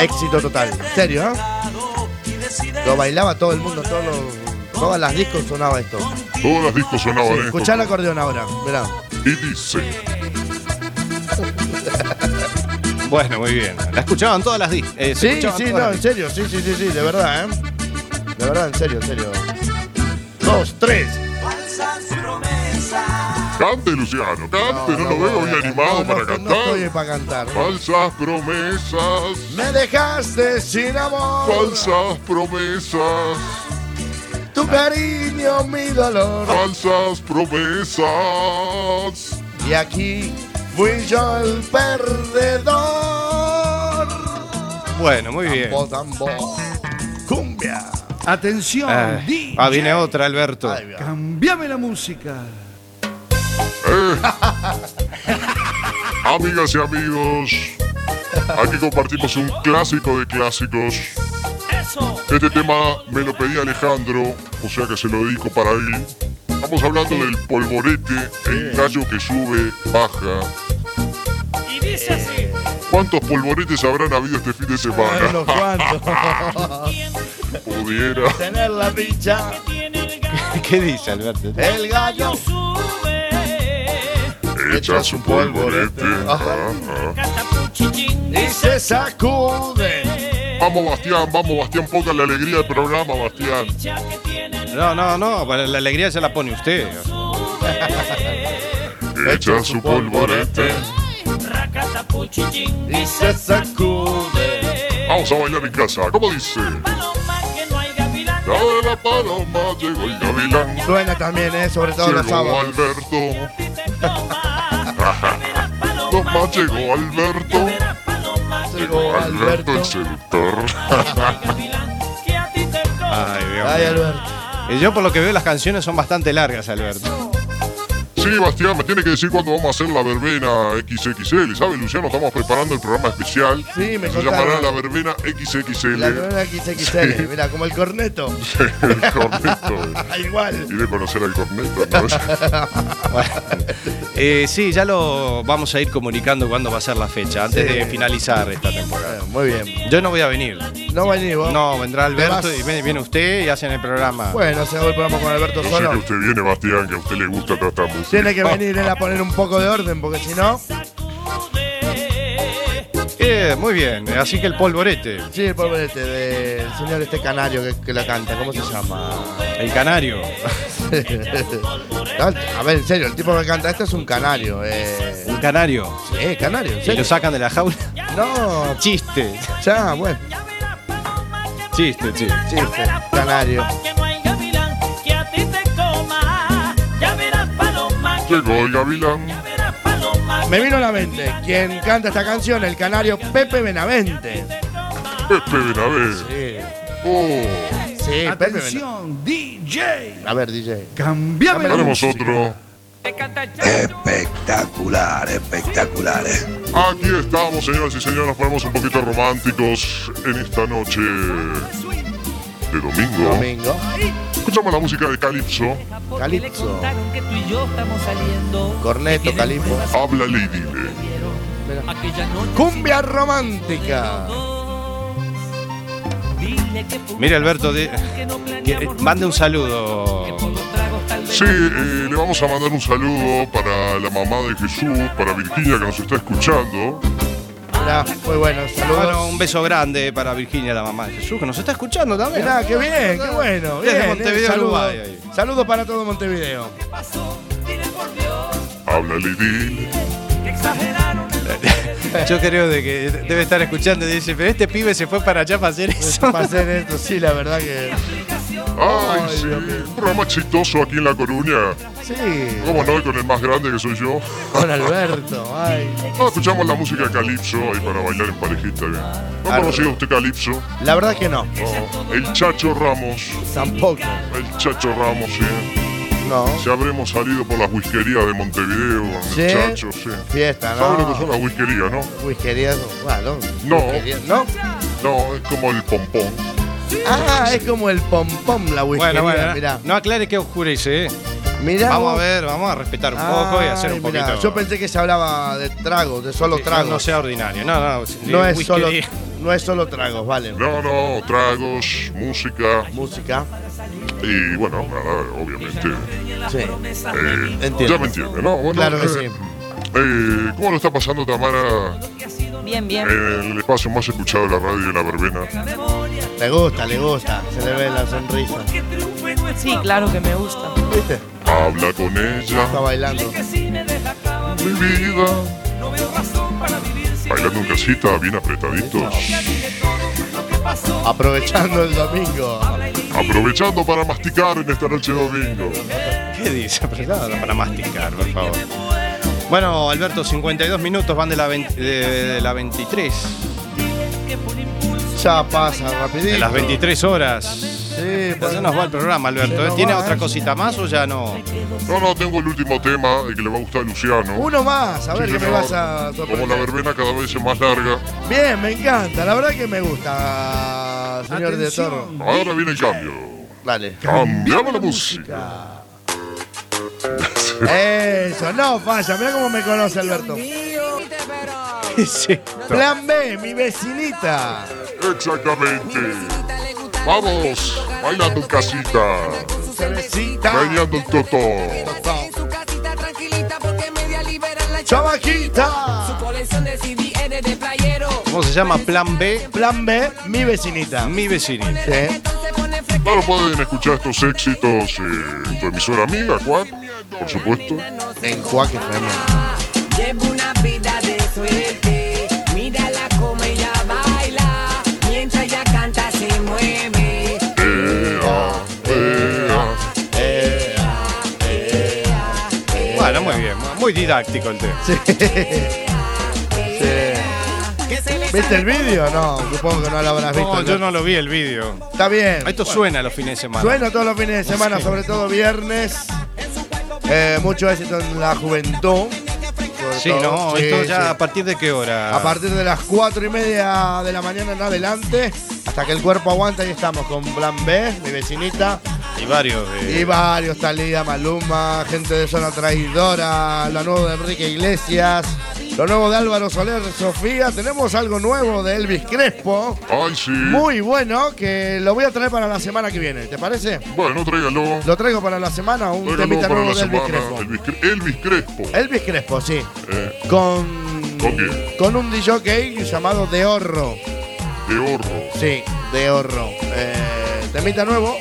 K: Éxito total. ¿En serio? eh? Lo bailaba todo el mundo, todos los- todas las discos sonaba esto.
B: Todas las discos sonaban
K: Sí,
B: ¿eh?
K: escuchá el acordeón ahora, mirá.
B: Y dice.
J: Bueno, muy bien. La escuchaban todas las eh, discos.
K: Sí, sí, no, en serio, sí, sí, sí, sí, de verdad, ¿eh? De verdad, en serio, en serio. Dos, tres.
B: Cante, Luciano, cante. No, lo veo bien animado para
K: No
B: cantar.
K: estoy para cantar.
B: Falsas promesas.
K: Me dejaste sin amor.
B: Falsas promesas.
K: Tu cariño, mi dolor.
B: Falsas promesas.
K: Y aquí fui yo el perdedor.
J: Bueno, muy bien.
K: Tambo, tambo. Cumbia.
T: Atención,
J: Ah,
T: DJ.
J: ah, viene otra, Alberto.
T: Cambiame la música.
B: Eh, Amigas y amigos, aquí compartimos un clásico de clásicos. Este tema me lo pedía Alejandro, o sea que se lo dedico para él. Estamos hablando del polvorete, el gallo que sube, baja. Eh,
A: Y dice así.
B: ¿Cuántos polvoretes habrán habido este fin de semana?
K: Bueno, ¿cuánto?
B: Pudiera.
K: Tener la dicha.
J: ¿Qué dice Alberto?
K: El gallo.
B: Echas un polvorete. ah,
K: Y se sacude.
B: ah. Vamos, Bastián, vamos, Bastián, ponga la alegría del programa, Bastián.
J: No, no, no. para La alegría se la pone usted.
B: Echa su polvorete.
K: Y se sacude.
B: Vamos a bailar en casa, ¿cómo dice? La de la paloma llegó el gavilán.
K: Suena también, ¿eh? Sobre todo los
B: Llegó
K: sábados.
B: Alberto. Toma, llegó Alberto. Llegó Alberto el seductor.
J: Ay, Dios
K: Ay,
J: mío.
K: Alberto.
J: Y yo por lo que veo las canciones son bastante largas, Alberto.
B: Sí, Bastián, me tiene que decir cuándo vamos a hacer la verbena XXL. ¿Sabe, Luciano? Estamos preparando el programa especial.
K: Sí, me
B: Se
K: contaron.
B: llamará la verbena XXL.
K: La corona XXL,
B: Sí.
K: mira, como el corneto.
B: El corneto.
K: Igual.
B: eh. Y de conocer al corneto, ¿no?
J: Eh, sí, ya lo vamos a ir comunicando cuándo va a ser la fecha, antes
K: Sí.
J: de finalizar esta temporada.
K: Muy bien.
J: Yo no voy a venir.
K: No venís vos.
J: No, vendrá Alberto
K: vas?
J: y viene, viene usted y hacen el programa.
K: Bueno, se hago el programa con Alberto
B: Yo sé que
K: solo.
B: usted viene, Bastián, que a usted le gusta toda esta música.
K: Tiene
J: Oh.
K: que venir él a poner un poco de orden, porque si no.
J: Eh, muy bien, así que el polvorete.
K: Sí, el pobre este, del señor este canario que, que la canta, ¿cómo se llama?
J: El canario.
K: a ver, en serio, el tipo que canta este es un canario. Eh.
J: Un canario.
K: Sí, canario, en
J: Y lo
K: serio.
J: sacan de la jaula.
K: No,
J: Chiste.
K: ya, bueno,
J: Chiste, chiste.
K: chiste, canario.
B: Llegó el gavilán.
K: Me vino a la mente, quien canta esta canción, el canario Pepe Benavente.
B: Pepe Benavés. Oh.
K: Sí, Pepe Benavente.
T: Atención, DJ.
K: A ver, DJ.
T: Cambiame la
B: Haremos
T: música.
B: otro.
H: Espectacular, espectacular. eh.
B: Aquí estamos, señoras y señores, nos ponemos un poquito románticos en esta noche de domingo.
K: Domingo.
B: Escuchamos la música de Calypso.
K: Calipso.
C: que tú y yo estamos saliendo.
K: Corneto, Calipso.
B: Háblale y dile.
K: Cumbia romántica.
J: Mire, Alberto, de- que, eh, mande un saludo.
B: Sí, eh, le vamos a mandar un saludo para la mamá de Jesús, para Virginia que nos está escuchando.
K: muy bueno, saludos.
J: Bueno, un beso grande para Virginia, la mamá de Jesús, que nos está escuchando también.
K: Mirá, qué bien, qué bueno.
J: Desde
K: bien,
J: Montevideo,
K: saludos.
J: Uruguay, ahí.
K: Saludos para todo Montevideo.
B: Háblale y dile.
J: Yo creo de que debe estar escuchando y dice, pero este pibe se fue para allá para hacer eso.
K: Para hacer esto, sí, la verdad que.
B: Ay, sí, un programa exitoso aquí en La Coruña.
K: Sí.
B: ¿Cómo no? Y con el más grande que soy yo.
K: Con Alberto, ay.
B: No, escuchamos la música de Calypso ahí para bailar en parejita. bien. ¿No ha
K: Ar-
B: conocido usted Calypso?
K: La verdad que no.
B: No. El Chacho Ramos.
K: Tampoco.
B: El Chacho Ramos, sí.
K: No.
B: Ya habremos salido por las whiskerías de Montevideo con el
K: Sí.
B: Chacho, sí.
K: Fiesta, ¿no?
B: ¿Sabe lo que son las whiskerías, no?
K: Whiskerías, bueno.
B: No.
K: whiskerías, ¿No?
B: No, es como el pompón.
K: Ah, es como el pompón la whiskería,
J: Bueno, bueno,
K: mirá.
J: no aclare que oscurece. ¿eh?
K: Mirá
J: vamos
K: vos.
J: a ver, vamos a respetar un poco y hacer
K: Ay,
J: un
K: mirá,
J: poquito.
K: Yo pensé que se hablaba de tragos, de solo
J: Sí,
K: tragos.
J: No sea ordinario, no, no.
K: No
J: eh,
K: es solo,
J: whiskería.
K: no es solo tragos, vale.
B: No, no, tragos, música.
K: Música.
B: Y bueno, nada, obviamente.
K: Sí.
B: eh,
K: Entiendo.
B: Ya me entiende, ¿no? Bueno,
K: Claro que
B: eh,
K: sí.
B: eh, ¿Cómo lo está pasando Tamara
M: Bien, bien.
B: en el espacio más escuchado de la radio de la verbena?
K: Le gusta, le gusta. Se le ve la sonrisa.
M: Sí, claro que me gusta.
K: ¿Viste?
B: Habla con ella,
K: Está bailando.
B: mi vida. Bailando en casita, bien apretaditos.
K: Aprovechando el domingo.
B: Aprovechando para masticar en esta noche de domingo.
J: ¿Qué dice? Pero nada, para masticar, por favor. Bueno, Alberto, 52 minutos van de la, 20 de- de la 23.
K: Ya pasa rapidito.
J: De las 23 horas.
K: Sí,
J: pues Ya se nos va el programa, Alberto. ¿eh? ¿Tiene otra cosita más o ya no?
B: No, no, tengo el último tema eh, que le va a gustar a Luciano.
K: Uno más, a ver
B: Sí,
K: qué me
B: señor.
K: vas a
B: Como la
K: sorprender.
B: verbena cada vez es más larga,
K: Bien, me encanta. La verdad que me gusta, señor de Toro.
B: ahora viene el cambio.
K: Dale.
B: Cambiamos la música.
K: Eso, no falla. Mira cómo me conoce Alberto. Plan B, mi vecinita.
B: Exactamente. Vamos, bailando en casita, bailando el totó.
K: Chamaquita.
A: Su colección de CD eres de playero.
J: ¿Cómo se llama? Plan B.
K: Plan B, mi vecinita.
J: Mi vecinita.
B: Claro, pueden escuchar estos éxitos eh, en tu emisora amiga, Juan, por supuesto.
K: En Juan que
A: Llevo una vida de suerte. Mírala como ella baila. Mientras ella canta, se mueve.
J: Bueno, muy bien, muy didáctico el tema.
K: ¿Viste el vídeo? No, supongo que no lo habrás visto.
J: No, yo no lo vi el vídeo.
K: Está bien.
J: Esto suena los fines de semana.
K: Suena todos los fines de semana, sobre todo viernes. Eh, mucho éxito en la juventud. sobre
J: Sí,
K: todo.
J: no,
K: Sí,
J: esto ya
K: sí.
J: a partir de qué hora.
K: A partir de las 4 y media de la mañana en adelante, hasta que el cuerpo aguanta, ahí estamos con Plan B, mi vecinita,
J: Y varios. eh,
K: y varios, Talía, Maluma, gente de Zona Traidora, lo nuevo de Enrique Iglesias, lo nuevo de Álvaro Soler, Sofía, tenemos algo nuevo de Elvis Crespo,
B: Ay, sí.
K: muy bueno, que lo voy a traer para la semana que viene, ¿te parece?
B: Bueno, tráigalo.
K: Lo traigo para la semana, un
B: Tráigalo
K: temita
B: para
K: nuevo
B: la
K: de Elvis
B: semana.
K: Crespo.
B: Elvis, Cre- Elvis Crespo.
K: Elvis Crespo, sí,
B: Eh,
K: con,
B: ¿Con quién?
K: con un DJ llamado De Horro.
B: De horro.
K: Sí, de horro. Eh, temita nuevo.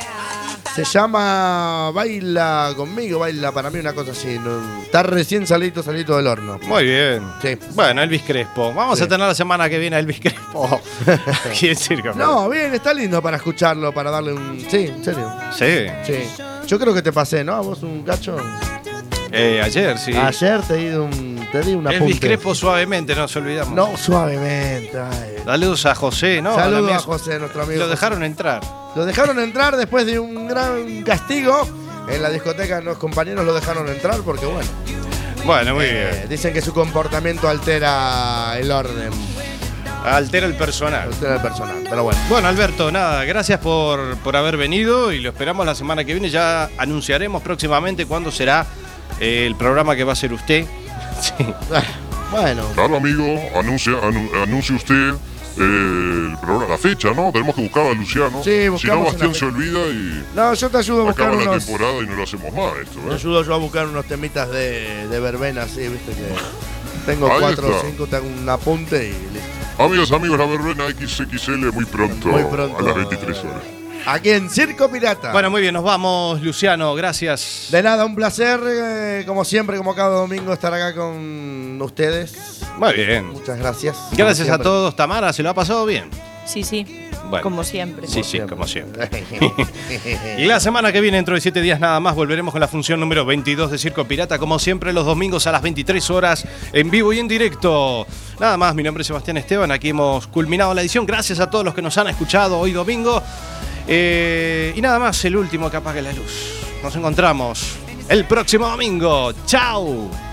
K: Se llama Baila conmigo, baila para mí, una cosa así. no- Está recién salito, salito del horno.
J: Muy bien.
K: Sí.
J: Bueno, Elvis Crespo. Vamos
K: Sí.
J: a tener la semana que viene a Elvis Crespo. Aquí en Circo.
K: No, bien, está lindo para escucharlo, para darle un. Sí, en serio.
J: Sí.
K: Sí. Yo creo que te pasé, ¿no? ¿A vos un cacho?
J: Eh, ayer, sí.
K: Ayer te di, un, te di una
J: Elvis Crespo suavemente, no se olvidamos.
K: No, suavemente. ay.
J: Saludos a José, ¿no?
K: Saludos
J: También
K: a José, nuestro amigo.
J: Lo
K: José.
J: dejaron entrar.
K: Lo dejaron entrar después de un gran castigo. en la discoteca los compañeros lo dejaron entrar porque, bueno,
J: Bueno, muy bien.
K: eh, dicen que su comportamiento altera el orden.
J: Altera el personal.
K: Altera el personal, pero bueno.
J: Bueno, Alberto, nada, gracias por, por haber venido y lo esperamos la semana que viene. Ya anunciaremos próximamente cuándo será eh, el programa que va a ser usted. Sí.
K: Bueno.
B: Claro, amigo, anuncia, anu- anuncie usted eh, el programa, la fecha, ¿no? Tenemos que buscar a Luciano.
K: Sí,
B: si no,
K: buscamos
B: Bastián
K: una
B: se olvida y
K: No, yo te ayudo a buscar
B: acaba la
K: unos.
B: temporada y no lo hacemos más esto,
K: Te
B: ¿eh?
K: ayudo yo a buscar unos temitas de, de verbena, sí, viste que. Tengo
B: Ahí
K: cuatro o
B: está.
K: cinco, tengo un apunte y listo.
B: Amigos, amigos, la verbena XXL muy pronto,
K: Muy pronto,
B: a las 23 horas.
K: Aquí en Circo Pirata.
J: Bueno, muy bien, nos vamos, Luciano, gracias.
K: De nada, un placer, eh, como siempre, como cada domingo, estar acá con ustedes.
J: Muy bien.
K: Muchas gracias.
J: Gracias a
K: Siempre.
J: todos, Tamara, ¿se lo ha pasado bien?
M: Sí, sí.
J: Bueno.
M: Como siempre.
J: Sí, sí, como siempre. Y la semana que viene, dentro de siete días nada más, volveremos con la función número 22 de Circo Pirata, como siempre los domingos a las 23 horas, en vivo y en directo. Nada más, mi nombre es Sebastián Esteban, aquí hemos culminado la edición. Gracias a todos los que nos han escuchado hoy domingo. Eh, y nada más, el último que apague la luz. Nos encontramos el próximo domingo. ¡Chao!